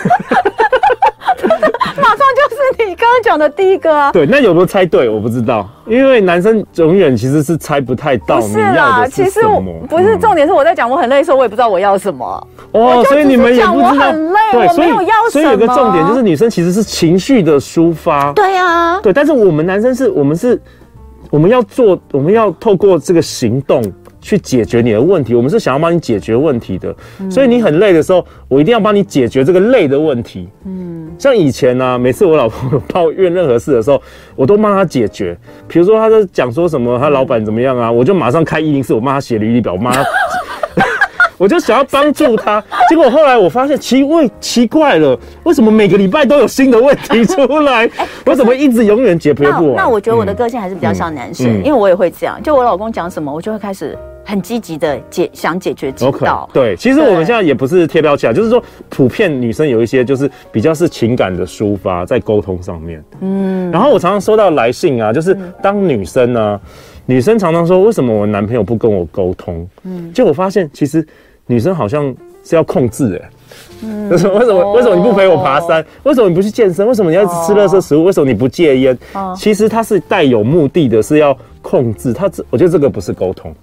Speaker 2: 马上就是你刚刚讲的第一个啊，
Speaker 3: 对，那有没有猜对？我不知道，因为男生永远其实是猜不太到
Speaker 2: 不
Speaker 3: 你
Speaker 2: 是
Speaker 3: 要
Speaker 2: 啦，
Speaker 3: 的是
Speaker 2: 其
Speaker 3: 什
Speaker 2: 实我
Speaker 3: 么。
Speaker 2: 不是
Speaker 3: 嗯
Speaker 2: 重点是我在讲我很累的时候，我也不知道我要什么。我
Speaker 3: 哦
Speaker 2: 就
Speaker 3: 所以
Speaker 2: 只
Speaker 3: 你
Speaker 2: 是
Speaker 3: 们也
Speaker 2: 讲
Speaker 3: 不
Speaker 2: 我
Speaker 3: 知道
Speaker 2: 很累我
Speaker 3: 所
Speaker 2: 没
Speaker 3: 以
Speaker 2: 有要
Speaker 3: 所以有个
Speaker 2: 什么
Speaker 3: 重点就是女生其实是情绪的抒发，
Speaker 2: 对啊呀，
Speaker 3: 对，但是我们男生是我们是我们要做，我们要透过这个行动去解决你的问题，我们是想要帮你解决问题的。
Speaker 2: 嗯
Speaker 3: 所以你很累的时候，我一定要帮你解决这个累的问题。嗯，像以前呢、啊，每次我老婆抱怨任何事的时候，我都帮她解决。比如说她在讲说什么，她老板怎么样啊，我就马上开一零四，我帮她写履历表，我帮她 我就想要帮助他，结果后来我发现奇怪奇怪了，为什么每个礼拜都有新的问题出
Speaker 2: 哎
Speaker 3: 来？我怎么一直永远解决
Speaker 2: 那
Speaker 3: 不完？
Speaker 2: 那我觉得我的
Speaker 3: 嗯
Speaker 2: 个性还是比较像男生，
Speaker 3: 嗯
Speaker 2: 因
Speaker 3: 嗯
Speaker 2: 为我也会这样，就我老公讲什么，我就会开始很积极的解想解决之
Speaker 3: OK，
Speaker 2: 道。
Speaker 3: 对，其实我
Speaker 2: 对
Speaker 3: 们现在也不是贴标签啊，就是说普遍女生有一些就是比较是情感的抒发在沟通上面。嗯，然后我常常收到来信啊，就是当女生呢、女生常常说为什么我男朋友不跟我沟通？嗯，结果发现其实女生好像是要控制哎、为什么？为什么？为什么你不陪我爬山？为什么你不去健身？为什么你要一直吃垃圾食物？为什么你不戒烟？
Speaker 2: 哦
Speaker 3: 其实它是带有目的的，是要控制。它这，我觉得这个不是沟通。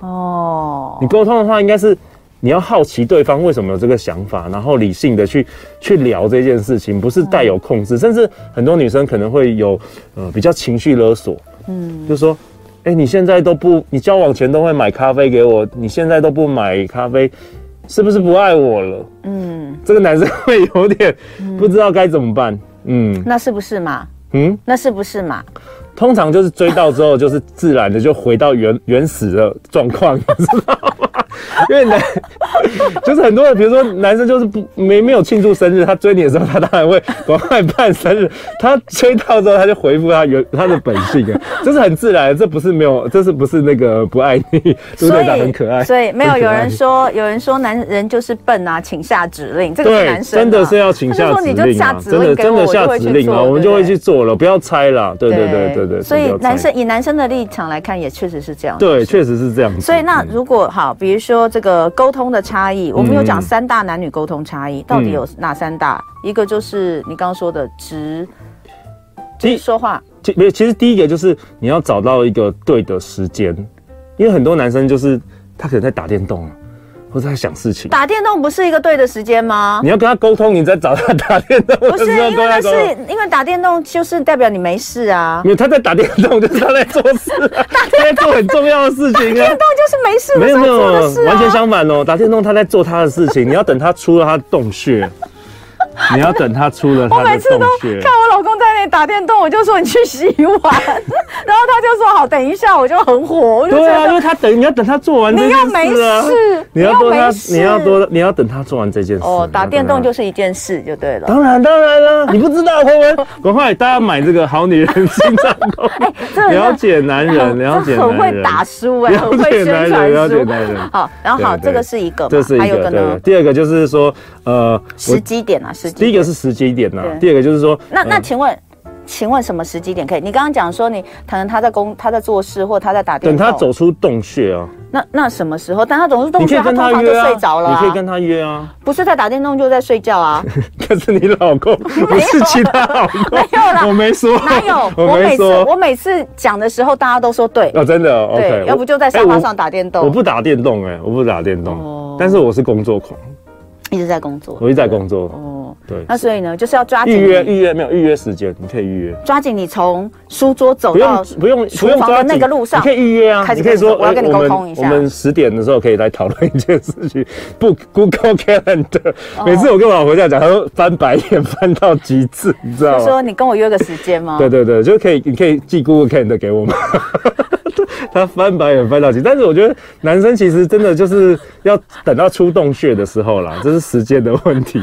Speaker 2: 哦
Speaker 3: 你，沟通的话，应该是你要好奇对方为什么有这个想法，然后理性的去去聊这件事情，不是带有控制。甚至很多女生可能会有呃比较情绪勒索，嗯，就说。哎、你现在都不，你交往前都会买咖啡给我，你现在都不买咖啡，是不是不爱我了？
Speaker 2: 嗯，
Speaker 3: 这个男生会有点不知道该怎么办。嗯
Speaker 2: 那是不是嘛？
Speaker 3: 嗯，
Speaker 2: 那是不是嘛？
Speaker 3: 通常就是追到之后，就是自然的就回到原 原始的状况， 你知道吗？因为男 就是很多人，比如说男生就是不没没有庆祝生日，他追你的时候，他当然会赶快办生日。他追到之后，他就回复他原他的本性啊， 这是很自然的，这不是没有，这是不是那个不爱你？朱队长很可爱，
Speaker 2: 所以没有
Speaker 3: 很可
Speaker 2: 有
Speaker 3: 爱
Speaker 2: 人说，有人说男人就是笨啊，请下指令，这个是
Speaker 3: 对，
Speaker 2: 男生啊、
Speaker 3: 真的是要请下指
Speaker 2: 他就说你就
Speaker 3: 令
Speaker 2: 下
Speaker 3: 啊！
Speaker 2: 指
Speaker 3: 真的
Speaker 2: 令给
Speaker 3: 真
Speaker 2: 我，
Speaker 3: 的
Speaker 2: 我就
Speaker 3: 下
Speaker 2: 会
Speaker 3: 指
Speaker 2: 去
Speaker 3: 令啊，
Speaker 2: 做，
Speaker 3: 我们就会
Speaker 2: 对
Speaker 3: 去
Speaker 2: 不
Speaker 3: 做了，不要猜啦。对对对对对，
Speaker 2: 所
Speaker 3: 不
Speaker 2: 以
Speaker 3: 要猜
Speaker 2: 男生以男生的立场来看，也确实是这样。
Speaker 3: 对确实是这样子。
Speaker 2: 所以那
Speaker 3: 嗯
Speaker 2: 如果好，比如说这个沟通的差异，我们有讲
Speaker 3: 嗯
Speaker 2: 三大男女沟通差异，到底
Speaker 3: 嗯
Speaker 2: 有哪三大？一个就是你刚刚说的直
Speaker 3: 第一
Speaker 2: 说话，
Speaker 3: 其没有其实第一个就是你要找到一个对的时间，因为很多男生就是他可能在打电动啊，或者在想事情。
Speaker 2: 打电动不是一个对的时间吗？
Speaker 3: 你要跟他沟通，你在找他打电动
Speaker 2: 不
Speaker 3: 的
Speaker 2: 是，
Speaker 3: 时候
Speaker 2: 因为
Speaker 3: 跟
Speaker 2: 那
Speaker 3: 他沟通，
Speaker 2: 是因为打电动就是代表你没事啊，
Speaker 3: 没有他在打电动，就是他在做事、啊，他在做很重要的事情啊
Speaker 2: 电。动就是 没事
Speaker 3: 没
Speaker 2: 的
Speaker 3: 有
Speaker 2: 时
Speaker 3: 没
Speaker 2: 候做的
Speaker 3: 有
Speaker 2: 事，啊。
Speaker 3: 完全相反哦。打电动他在做他的事情，你要等他出了他的洞穴，你要等他出了
Speaker 2: 我
Speaker 3: 他
Speaker 2: 每
Speaker 3: 的
Speaker 2: 次
Speaker 3: 洞
Speaker 2: 都
Speaker 3: 穴
Speaker 2: 看。我老公在那里打电动，我就说你去洗碗，然后他就说好，等一下，我就很火，我就觉
Speaker 3: 对啊，因
Speaker 2: 得
Speaker 3: 为他等你要等他做完这
Speaker 2: 你
Speaker 3: 件
Speaker 2: 要
Speaker 3: 事
Speaker 2: 没
Speaker 3: 啊，
Speaker 2: 事，
Speaker 3: 你要多他
Speaker 2: 没，事
Speaker 3: 你要多，你要等他做完这件事。。
Speaker 2: 哦，打电动就是是一件事就对了。
Speaker 3: 啊当然当然了，你不知道，慧文，赶快大家买这个《好女人心脏 功能
Speaker 2: 哎这很》，
Speaker 3: 了解男人，
Speaker 2: 很
Speaker 3: 了解
Speaker 2: 这很
Speaker 3: 男
Speaker 2: 会
Speaker 3: 人，
Speaker 2: 打书哎，很会
Speaker 3: 了解
Speaker 2: 宣
Speaker 3: 男
Speaker 2: 传
Speaker 3: 人，了解
Speaker 2: 书。
Speaker 3: 男 人。
Speaker 2: 好，然后好，
Speaker 3: 对对
Speaker 2: 这个是一个嘛，
Speaker 3: 这是一
Speaker 2: 还有
Speaker 3: 个，
Speaker 2: 个
Speaker 3: 对对
Speaker 2: 呢，
Speaker 3: 第二个就是说，呃，
Speaker 2: 时
Speaker 3: 我
Speaker 2: 机点啊，时机
Speaker 3: 第一
Speaker 2: 点。
Speaker 3: 个是时机点呐、
Speaker 2: 对
Speaker 3: 第二个就是说，
Speaker 2: 那那
Speaker 3: 呃
Speaker 2: 请问，请问什么时机点可以？你刚刚讲说你可能他在工，他在做事，或他在打电
Speaker 3: 等
Speaker 2: 话。
Speaker 3: 他走。出洞穴哦、
Speaker 2: 那那什么时候？但他总是动
Speaker 3: 你
Speaker 2: 作，
Speaker 3: 可以
Speaker 2: 他
Speaker 3: 跟
Speaker 2: 通
Speaker 3: 他
Speaker 2: 常就
Speaker 3: 约啊，
Speaker 2: 睡着了
Speaker 3: 你
Speaker 2: 啊。
Speaker 3: 可以跟他约啊。
Speaker 2: 不是在打电动就在睡觉啊。
Speaker 3: 可是你老公不是其他老公，
Speaker 2: 没有啦
Speaker 3: 我没说，
Speaker 2: 哪有？
Speaker 3: 我
Speaker 2: 我每
Speaker 3: 没
Speaker 2: 次
Speaker 3: 说
Speaker 2: 我每次讲的时候，大家都说对
Speaker 3: 哦，真的哦
Speaker 2: 对
Speaker 3: ，OK，，
Speaker 2: 要不就在
Speaker 3: 我
Speaker 2: 沙
Speaker 3: 哎
Speaker 2: 发
Speaker 3: 我
Speaker 2: 上打电
Speaker 3: 我
Speaker 2: 动，
Speaker 3: 不打电动哎、我不打电动，
Speaker 2: 哦
Speaker 3: 但是我是工作狂，
Speaker 2: 一直在工作
Speaker 3: 我。一直在工作。
Speaker 2: 哦，
Speaker 3: 对，
Speaker 2: 那所以呢，就是要抓紧
Speaker 3: 预约
Speaker 2: 你，
Speaker 3: 预约没有预约时间，你可以预约，
Speaker 2: 抓紧你从书桌走
Speaker 3: 不
Speaker 2: 到
Speaker 3: 用不用
Speaker 2: 厨
Speaker 3: 不用
Speaker 2: 房
Speaker 3: 抓
Speaker 2: 的
Speaker 3: 紧
Speaker 2: 那个路上
Speaker 3: 你可以预约啊
Speaker 2: 开，始
Speaker 3: 你
Speaker 2: 跟
Speaker 3: 可以
Speaker 2: 你说
Speaker 3: 说
Speaker 2: 我要跟你
Speaker 3: 哎
Speaker 2: 沟
Speaker 3: 们
Speaker 2: 通一下
Speaker 3: 我们十点的时候可以来讨论一件事情，不 Google Calendar，
Speaker 2: 哦
Speaker 3: 每次我跟我老婆这样讲，她都翻白眼翻到极致，你知道
Speaker 2: 就
Speaker 3: 吗？
Speaker 2: 说你跟我约个时间吗？
Speaker 3: 啊对对对，就可以，你可以寄 Google Calendar 给我们。 他翻白眼翻到起，但是我觉得男生其实真的就是要等到出洞穴的时候啦，这是时间的问题。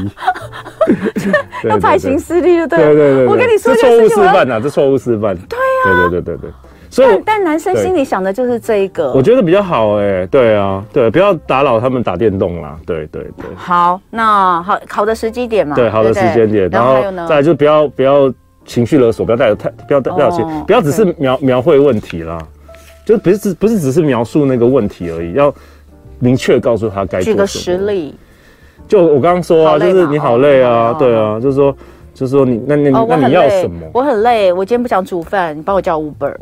Speaker 3: 对
Speaker 2: 要派行。事力就对
Speaker 3: 对
Speaker 2: 了。
Speaker 3: 对对对，
Speaker 2: 我跟你说
Speaker 3: 这
Speaker 2: 这
Speaker 3: 错
Speaker 2: 件
Speaker 3: 误
Speaker 2: 事
Speaker 3: 示
Speaker 2: 情，我要啊
Speaker 3: 范呐，这错误示范。对呀、对对对对对，所以
Speaker 2: 但
Speaker 3: 我
Speaker 2: 但男生
Speaker 3: 对
Speaker 2: 心里想的就是这一个。
Speaker 3: 我觉得比较好哎、对啊，对，不要打扰他们打电动啦。对对对。
Speaker 2: 好，那好好的时机点嘛，
Speaker 3: 对，好的
Speaker 2: 不
Speaker 3: 时间点，
Speaker 2: 啊然
Speaker 3: 然
Speaker 2: 后
Speaker 3: 后
Speaker 2: 还有呢
Speaker 3: 再，来就不要不要情绪勒索，不要带有太不要带
Speaker 2: 哦
Speaker 3: 不要有情，不要只是描描绘问题啦，就不是只不是只是描述那个问题而已，要明确告诉他该
Speaker 2: 举
Speaker 3: 做
Speaker 2: 个
Speaker 3: 什
Speaker 2: 实
Speaker 3: 么。
Speaker 2: 例，
Speaker 3: 就我刚刚说
Speaker 2: 好
Speaker 3: 啊，
Speaker 2: 累嘛
Speaker 3: 就是你好累啊
Speaker 2: 哦，
Speaker 3: 对啊，就是说就是说你那那
Speaker 2: 哦，
Speaker 3: 你
Speaker 2: 我
Speaker 3: 嗯那
Speaker 2: 很
Speaker 3: 你要
Speaker 2: 累
Speaker 3: 什么，？
Speaker 2: 我很累，我今天不想煮饭，你帮我叫 Uber，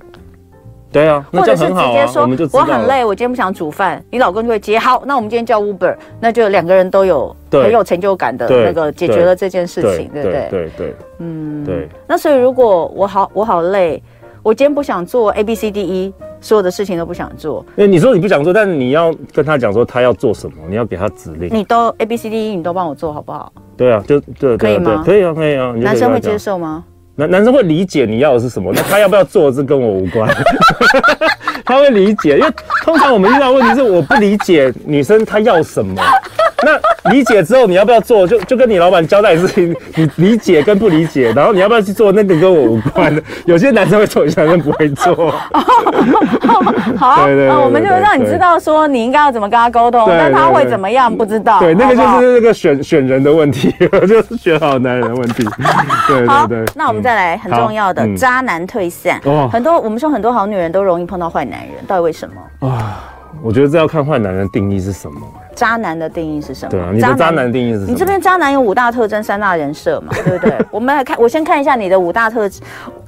Speaker 3: 对啊，
Speaker 2: 或
Speaker 3: 那这
Speaker 2: 者
Speaker 3: 样
Speaker 2: 是
Speaker 3: 很
Speaker 2: 直
Speaker 3: 好
Speaker 2: 接
Speaker 3: 啊，
Speaker 2: 说
Speaker 3: 我们就知
Speaker 2: 我
Speaker 3: 道
Speaker 2: 很
Speaker 3: 了。
Speaker 2: 累，我今天不想煮饭，你老公就会接好，那我们今天叫 Uber，那就两个人都有
Speaker 3: 对
Speaker 2: 很有成就感的
Speaker 3: 对
Speaker 2: 那个解决
Speaker 3: 对
Speaker 2: 了这件事情，对不
Speaker 3: 对
Speaker 2: 对？
Speaker 3: 对对，嗯，对，
Speaker 2: 那所以如果我好我好累，我今天不想做 A B C D E，所有的事情都不想做，
Speaker 3: 因为你说你不想做，但是你要跟他讲说他要做什么，你要给他指令。
Speaker 2: 你都 A B C D E 你都帮我做好不好？
Speaker 3: 对啊，就对
Speaker 2: 可以
Speaker 3: 对对
Speaker 2: 吗，
Speaker 3: 可以啊，可以啊，你就可以
Speaker 2: 男生
Speaker 3: 跟
Speaker 2: 会
Speaker 3: 他讲
Speaker 2: 接受吗？
Speaker 3: 男男生会理解你要的是什么，那他要不要做，这跟我无关。 他会理解，因为通常我们遇到的问题是我不理解女生她要什么。那理解之后，你要不要做，就就跟你老板交代的事情，你理解跟不理解，然后你要不要去做，那个跟我无关的。有些男生会做，有些男生不会做。
Speaker 2: 哦好，哦
Speaker 3: 对对对
Speaker 2: 那我们就
Speaker 3: 对对
Speaker 2: 让你
Speaker 3: 对
Speaker 2: 知道说你应该要怎么跟他沟通，
Speaker 3: 对
Speaker 2: 但他
Speaker 3: 对
Speaker 2: 会
Speaker 3: 对
Speaker 2: 怎么样不知道。
Speaker 3: 对，那个就
Speaker 2: 好不好
Speaker 3: 是那个选选人的问题， 就是选好男人的问题。对
Speaker 2: 好
Speaker 3: 对对，。
Speaker 2: 那我们再来很重要的
Speaker 3: 好嗯
Speaker 2: 渣男退散。
Speaker 3: 哦
Speaker 2: 很多我们说很多好女人都容易碰到坏男人，到底为什么？
Speaker 3: 嗯我觉得这要看坏男人定义是什么。
Speaker 2: 渣男的定义是什么？
Speaker 3: 对啊，你的渣男。定义是什么？
Speaker 2: 你这边渣男有五大特征、三大人设嘛，对 不对？我们来看，我先看一下你的五大特，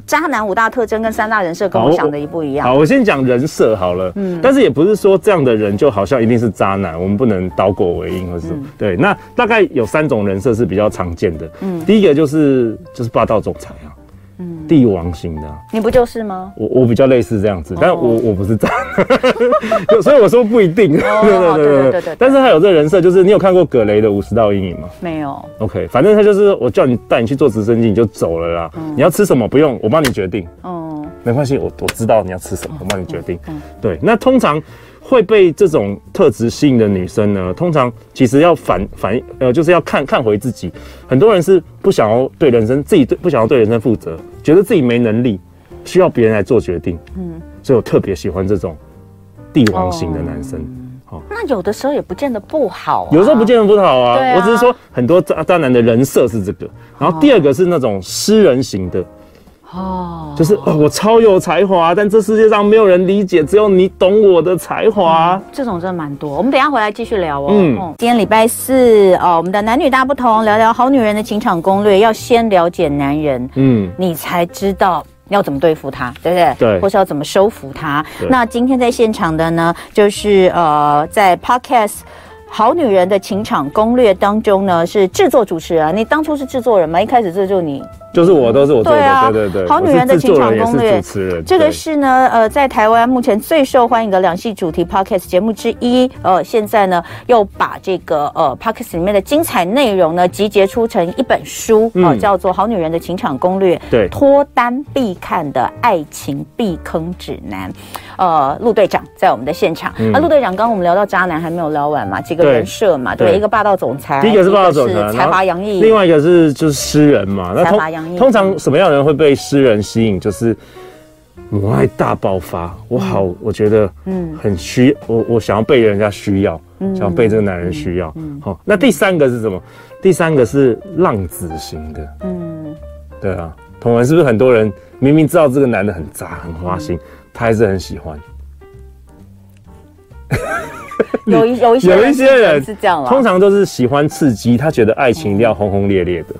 Speaker 2: 渣男五大特征跟三大人设跟
Speaker 3: 好
Speaker 2: 我
Speaker 3: 我
Speaker 2: 想的一不一样
Speaker 3: 好，。我先讲人设好了。嗯，但是也不是说这样的人就好像一定是渣男，我们不能倒果为因或是什
Speaker 2: 嗯
Speaker 3: 么。对，那大概有三种人设是比较常见的。嗯，第一个就是就是霸道总裁啊，嗯，帝王型的啊、
Speaker 2: 你不就是吗？
Speaker 3: 我我比较类似这样子，但我
Speaker 2: 哦
Speaker 3: 我不是渣男， 所以我说不一定。
Speaker 2: 对对对对对
Speaker 3: 但是他有这人设，就是你有看过葛雷的《五十道阴影》吗？
Speaker 2: 没有，
Speaker 3: OK，反正他就是我叫你带你去做直升机，你就走了啦。你要吃什么不用，我帮你决定。
Speaker 2: 嗯，
Speaker 3: 没关系，我我知道你要吃什么，我帮你决定。对，那通常会被这种特质吸引的女生呢，通常其实要反反呃，就是要看看回自己。很多人是不想要对人生自己对不想要对人生负责，觉得自己没能力，需要别人来做决定。嗯，所以我特别喜欢这种帝王型的男生。
Speaker 2: 那有的时候也不见得不好、啊。
Speaker 3: 有时候不见得不好啊，
Speaker 2: 对啊
Speaker 3: 我只是说很多渣渣男的人设是这个，然后第二个是那种诗人型的，
Speaker 2: 哦，
Speaker 3: 就是哦我超有才华，但这世界上没有人理解，只有你懂我的才华。
Speaker 2: 这种真的蛮多，我们等一下回来继续聊哦。嗯
Speaker 3: 嗯，
Speaker 2: 今天礼拜四哦，我们的男女大不同，聊聊好女人的情场攻略，要先了解男人，
Speaker 3: 嗯，
Speaker 2: 你才知道。要怎么对付他，对不对？
Speaker 3: 对
Speaker 2: 或是要怎么收服他
Speaker 3: 对？
Speaker 2: 那今天在现场的呢，就是呃，在 Podcast《好女人的情场攻略》当中呢，是制作主持人。你当初是制作人吗？一开始这就是你。
Speaker 3: 就是我都是我做
Speaker 2: 对啊
Speaker 3: 的，对对对，
Speaker 2: 好女人的
Speaker 3: 我是制作人
Speaker 2: 情场攻略
Speaker 3: 也是主持人，
Speaker 2: 这个
Speaker 3: 对
Speaker 2: 是呢，呃，在台湾目前最受欢迎的两性主题 podcast 节目之一。呃，现在呢，又把这个呃 podcast 里面的精彩内容呢，集结出成一本书，哦、
Speaker 3: 嗯
Speaker 2: 叫做《好女人的情场攻略》，
Speaker 3: 对
Speaker 2: 脱单必看的爱情避坑指南。呃，陆队长在我们的现场。
Speaker 3: 嗯
Speaker 2: 啊，陆队长，刚刚我们聊到渣男还没有聊完嘛，几个
Speaker 3: 对
Speaker 2: 人设嘛，对，
Speaker 3: 对
Speaker 2: 一个霸道总裁，
Speaker 3: 第一个是霸道总
Speaker 2: 一
Speaker 3: 裁，
Speaker 2: 个是
Speaker 3: 然后
Speaker 2: 财阀洋溢，
Speaker 3: 另外一个是就是诗人嘛。
Speaker 2: 财阀嗯洋溢
Speaker 3: 通通常什么样的人会被诗人吸引？就是母爱大爆发。我好，我觉得
Speaker 2: 嗯
Speaker 3: 嗯很需我我想要被人家需要，想要被这个男人需
Speaker 2: 嗯
Speaker 3: 要。好、那第三个是什么？第三个是浪子型的。
Speaker 2: 嗯，
Speaker 3: 对啊，同文是不是很多人明明知道这个男的很渣很花
Speaker 2: 嗯
Speaker 3: 心，他还是很喜欢？
Speaker 2: 有一有一些
Speaker 3: 有一些人
Speaker 2: 是这样啦。
Speaker 3: 通常都是喜欢刺激，他觉得爱情一定要轰轰烈烈的。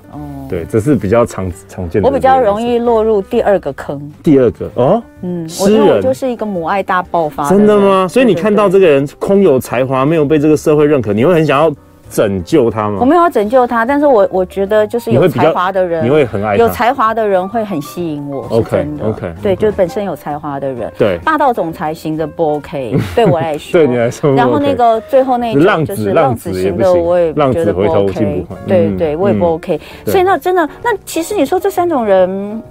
Speaker 3: 对，这是比较常常见
Speaker 2: 嗯
Speaker 3: 的。
Speaker 2: 我比较容易落入第二个坑，
Speaker 3: 第二个哦，
Speaker 2: 嗯，我
Speaker 3: 诗
Speaker 2: 因为我
Speaker 3: 人
Speaker 2: 就是一个母爱大爆发人。
Speaker 3: 真的吗？所以你
Speaker 2: 啊对
Speaker 3: 看到，
Speaker 2: 对对
Speaker 3: 这个人空有才华，没有被这个社会认可，你会很想要拯救他
Speaker 2: 我
Speaker 3: 吗？
Speaker 2: 没有要拯救他，但是我我觉得就是
Speaker 3: 你
Speaker 2: 有
Speaker 3: 会比
Speaker 2: 才
Speaker 3: 较
Speaker 2: 华的人，
Speaker 3: 你会很爱
Speaker 2: 有
Speaker 3: 他。
Speaker 2: 才华的人会很吸引我，是
Speaker 3: OK，
Speaker 2: 真的。
Speaker 3: OK，
Speaker 2: 对，
Speaker 3: OK
Speaker 2: 就是本身有才华的人，
Speaker 3: 对
Speaker 2: 霸道总裁型的不 OK，对我来说，
Speaker 3: 对你来说不
Speaker 2: 然后
Speaker 3: OK
Speaker 2: 那个最后那一种
Speaker 3: 浪
Speaker 2: 就
Speaker 3: 子
Speaker 2: 是浪
Speaker 3: 浪
Speaker 2: 子
Speaker 3: 子也
Speaker 2: 型
Speaker 3: 不
Speaker 2: 的，
Speaker 3: 行
Speaker 2: 我也
Speaker 3: 浪
Speaker 2: 觉
Speaker 3: 子
Speaker 2: 得不
Speaker 3: 回头金
Speaker 2: OK，
Speaker 3: 不换
Speaker 2: 对
Speaker 3: 嗯
Speaker 2: 对，我也不
Speaker 3: 嗯
Speaker 2: OK。
Speaker 3: 对
Speaker 2: 所以那真的，那其实你说这三种人，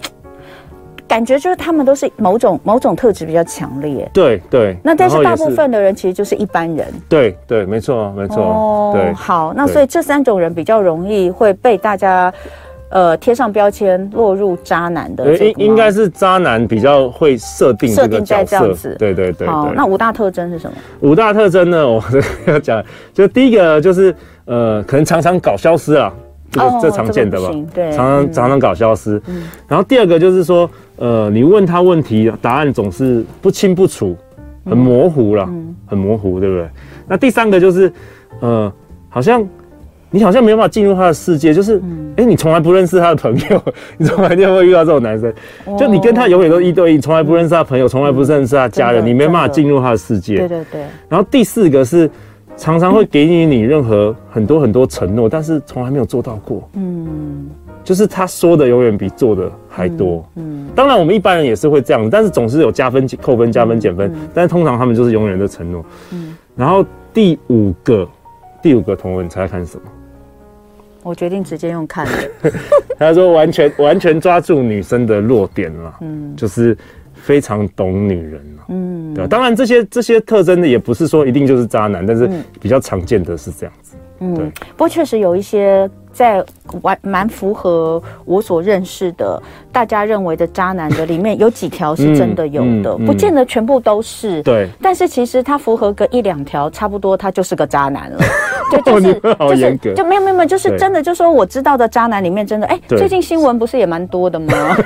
Speaker 2: 感觉就是他们都是某种某种特质比较强烈。
Speaker 3: 对对。
Speaker 2: 那但是
Speaker 3: 然
Speaker 2: 大
Speaker 3: 后也
Speaker 2: 部分的人其实就是一般人
Speaker 3: 对对，没错没错，对
Speaker 2: 哦好，那
Speaker 3: 对
Speaker 2: 所以这三种人比较容易会被大家，呃，贴上标签，落入渣男的
Speaker 3: 呃。
Speaker 2: 这
Speaker 3: 应
Speaker 2: 个吗
Speaker 3: 应该是渣男比较会设定
Speaker 2: 设
Speaker 3: 这
Speaker 2: 定
Speaker 3: 个
Speaker 2: 在
Speaker 3: 角
Speaker 2: 这样子
Speaker 3: 色，对对对
Speaker 2: 好
Speaker 3: 对。，
Speaker 2: 那五大特征是什么？
Speaker 3: 五大特征呢， 我要讲，就第一个就是呃，可能常常搞消失啊，这个、
Speaker 2: 哦
Speaker 3: 这常见的
Speaker 2: 这个
Speaker 3: 吧
Speaker 2: 不行，对
Speaker 3: 常常、
Speaker 2: 嗯
Speaker 3: 常常搞消失。然后第二个就是说，呃，你问他问题，答案总是不清不楚，很模糊啦，
Speaker 2: 嗯
Speaker 3: 很模糊，对不对？那第三个就是，呃，好像。你好像没办法进入他的世界，就是，哎、
Speaker 2: 嗯
Speaker 3: 你从来不认识他的朋友， 你从来就会遇到这种男生，
Speaker 2: 哦
Speaker 3: 就你跟他永远都一对一，从来不认识他的朋友，从来不认识他的家
Speaker 2: 真
Speaker 3: 人，
Speaker 2: 的
Speaker 3: 你没办法
Speaker 2: 真的
Speaker 3: 进入他的世界。
Speaker 2: 对对对，
Speaker 3: 然后第四个是常常会给予你任何很多很多承诺，但是从来没有做到过。
Speaker 2: 嗯
Speaker 3: 就是他说的永远比做的还多。
Speaker 2: 嗯，
Speaker 3: 当然，我们一般人也是会这样，但是总是有加分、扣分、加分、减分。但是通常他们就是永远的承诺。然后第五个，第五个同文，你猜猜看是什么？
Speaker 2: 我决定直接用看的。
Speaker 3: 他说完全完全抓住女生的弱点了，嗯，就是非常懂女人了，嗯，对吧当然这些这些特征的也不是说一定就是渣男，但是比较常见的是这样子，对
Speaker 2: 嗯，不过确实有一些在完蛮符合我所认识的，大家认为的渣男的里面，有几条是真的有的，
Speaker 3: 嗯嗯嗯
Speaker 2: 不见得全部都是。
Speaker 3: 对。
Speaker 2: 但是其实他符合个一两条，差不多他就是个渣男了。对，就
Speaker 3: 哦
Speaker 2: 是
Speaker 3: 你们好严格
Speaker 2: 就是就没有没有没有，就是
Speaker 3: 对
Speaker 2: 真的，就说我知道的渣男里面真的，哎，
Speaker 3: 对
Speaker 2: 最近新闻不是也蛮多的吗？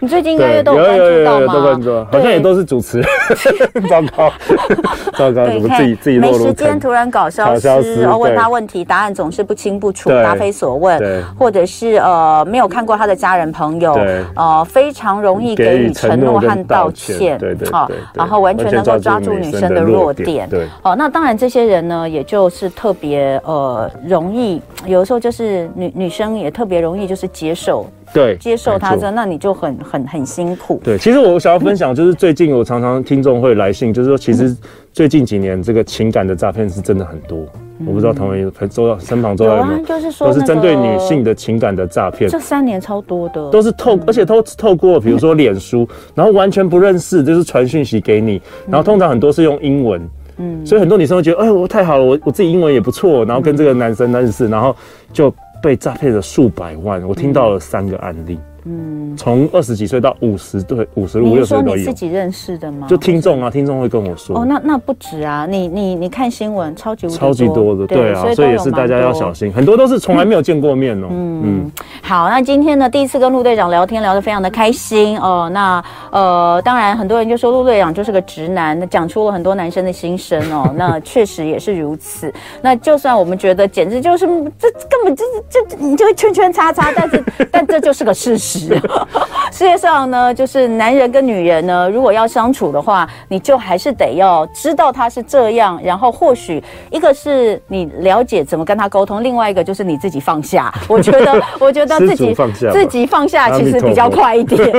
Speaker 2: 你最近应该
Speaker 3: 对，
Speaker 2: 也都有关注到
Speaker 3: 都关
Speaker 2: 吗？
Speaker 3: 注到，好像也都是主持人， 糟糕， 糟糕，
Speaker 2: 对，
Speaker 3: 怎么
Speaker 2: 看
Speaker 3: 自己自己落
Speaker 2: 没
Speaker 3: 入
Speaker 2: 时间
Speaker 3: 坑？
Speaker 2: 突然搞消
Speaker 3: 搞
Speaker 2: 失，
Speaker 3: 消失
Speaker 2: 然后问
Speaker 3: 对
Speaker 2: 他问题，答案总是不清不楚，
Speaker 3: 对
Speaker 2: 答非所问
Speaker 3: 对，
Speaker 2: 或者是呃没有看过他的家人朋友
Speaker 3: 对，
Speaker 2: 呃非常容易给
Speaker 3: 给
Speaker 2: 予
Speaker 3: 予
Speaker 2: 承
Speaker 3: 承
Speaker 2: 诺
Speaker 3: 诺
Speaker 2: 和
Speaker 3: 跟
Speaker 2: 道
Speaker 3: 道
Speaker 2: 歉，
Speaker 3: 歉对对
Speaker 2: 啊
Speaker 3: 对对
Speaker 2: 然后完全
Speaker 3: 完全
Speaker 2: 能够抓
Speaker 3: 抓
Speaker 2: 住
Speaker 3: 住
Speaker 2: 女
Speaker 3: 女
Speaker 2: 生
Speaker 3: 生
Speaker 2: 的
Speaker 3: 的
Speaker 2: 弱
Speaker 3: 弱点
Speaker 2: 点，
Speaker 3: 对
Speaker 2: 哦，那当然这些人呢，也就是特别呃容易，有的时候就是女女生也特别容易就是接受
Speaker 3: 对，
Speaker 2: 接受他
Speaker 3: 没错
Speaker 2: 这，那你就很很很辛苦，
Speaker 3: 对，其实我想要分享，就是最近我常常听众会来信，就是说，其
Speaker 2: 嗯
Speaker 3: 实最近几年这个情感的诈骗是真的很多。我不知道同仁朋周到身旁周
Speaker 2: 嗯有
Speaker 3: 到有
Speaker 2: 啊
Speaker 3: 没有，，
Speaker 2: 就是说
Speaker 3: 都是
Speaker 2: 那
Speaker 3: 针对
Speaker 2: 个
Speaker 3: 女性的情感的诈骗，
Speaker 2: 这三年超多的，
Speaker 3: 都是
Speaker 2: 嗯
Speaker 3: 透，而且都是透过比如说脸 书，然后完全不认识，就是传讯息给你，
Speaker 2: 嗯
Speaker 3: 然后通常很多是用英文。嗯，所以很多女生会觉得，哎，我太好了，我我自己英文也不错，然后跟这个男生认识，
Speaker 2: 嗯
Speaker 3: 然后就被诈骗了数百万。我听到了三个案例，嗯，从二十几岁到五十对五十五
Speaker 2: 你
Speaker 3: 六
Speaker 2: 是
Speaker 3: 岁
Speaker 2: 说
Speaker 3: 都
Speaker 2: 你
Speaker 3: 有
Speaker 2: 自。己认识的吗？
Speaker 3: 就听众啊，听众会跟我说，
Speaker 2: 哦，那那不止啊，你你你看新闻超级无敌
Speaker 3: 超级多的，对啊，所以也是大家要
Speaker 2: 都有
Speaker 3: 小。
Speaker 2: 蛮多
Speaker 3: 心，很多都是从来没有见过面哦。嗯，
Speaker 2: 好，那今天呢，第一次跟陆队长聊天，聊得非常的开心哦。那呃，当然很多人就说陆队长就是个直男，那讲出了很多男生的心声哦。那确实也是如此。那就算我们觉得简直就是这根本就是这这你就会圈圈叉叉，但是但这就是个事实。世界上呢，就是男人跟女人呢，如果要相处的话，你就还是得要知道他是这样，然后或许一个是你了解怎么跟他沟通，另外一个就是你自己放下。我觉得，我觉得 自
Speaker 3: 自
Speaker 2: 己
Speaker 3: 主放下吧
Speaker 2: 自己放下
Speaker 3: 阿弥
Speaker 2: 其实比较
Speaker 3: 陀佛
Speaker 2: 快一点。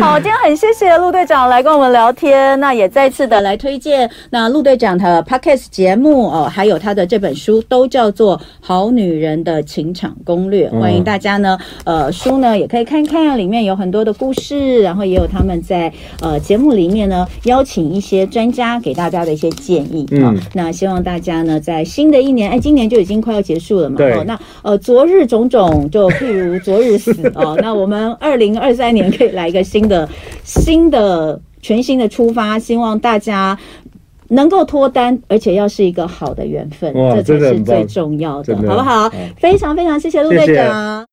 Speaker 2: 好，今天很谢谢陆队长来跟我们聊天，那也再次的来推荐那陆队长的 podcast 节目哦，还有他的这本书，都叫做《好女人的情场攻略》，
Speaker 3: 嗯
Speaker 2: 欢迎大家呢，呃，书呢也可以看看，里面有很多的故事，然后也有他们在呃节目里面呢邀请一些专家给大家的一些建议啊、
Speaker 3: 嗯
Speaker 2: 那希望大家呢在新的一年，哎，今年就已经快要结束了嘛，
Speaker 3: 对
Speaker 2: 哦，那呃昨日种种，就譬如昨日 死哦，那我们二零二三年可以来一个新的新的全新的出发，希望大家。能够脱单，而且要是一个好的缘分，
Speaker 3: 哇
Speaker 2: 这才
Speaker 3: 真的
Speaker 2: 是
Speaker 3: 很棒
Speaker 2: 最重要的，
Speaker 3: 真的嗯
Speaker 2: 好不好
Speaker 3: 好？
Speaker 2: 非常非常谢谢陆
Speaker 3: 谢
Speaker 2: 队
Speaker 3: 谢
Speaker 2: 长。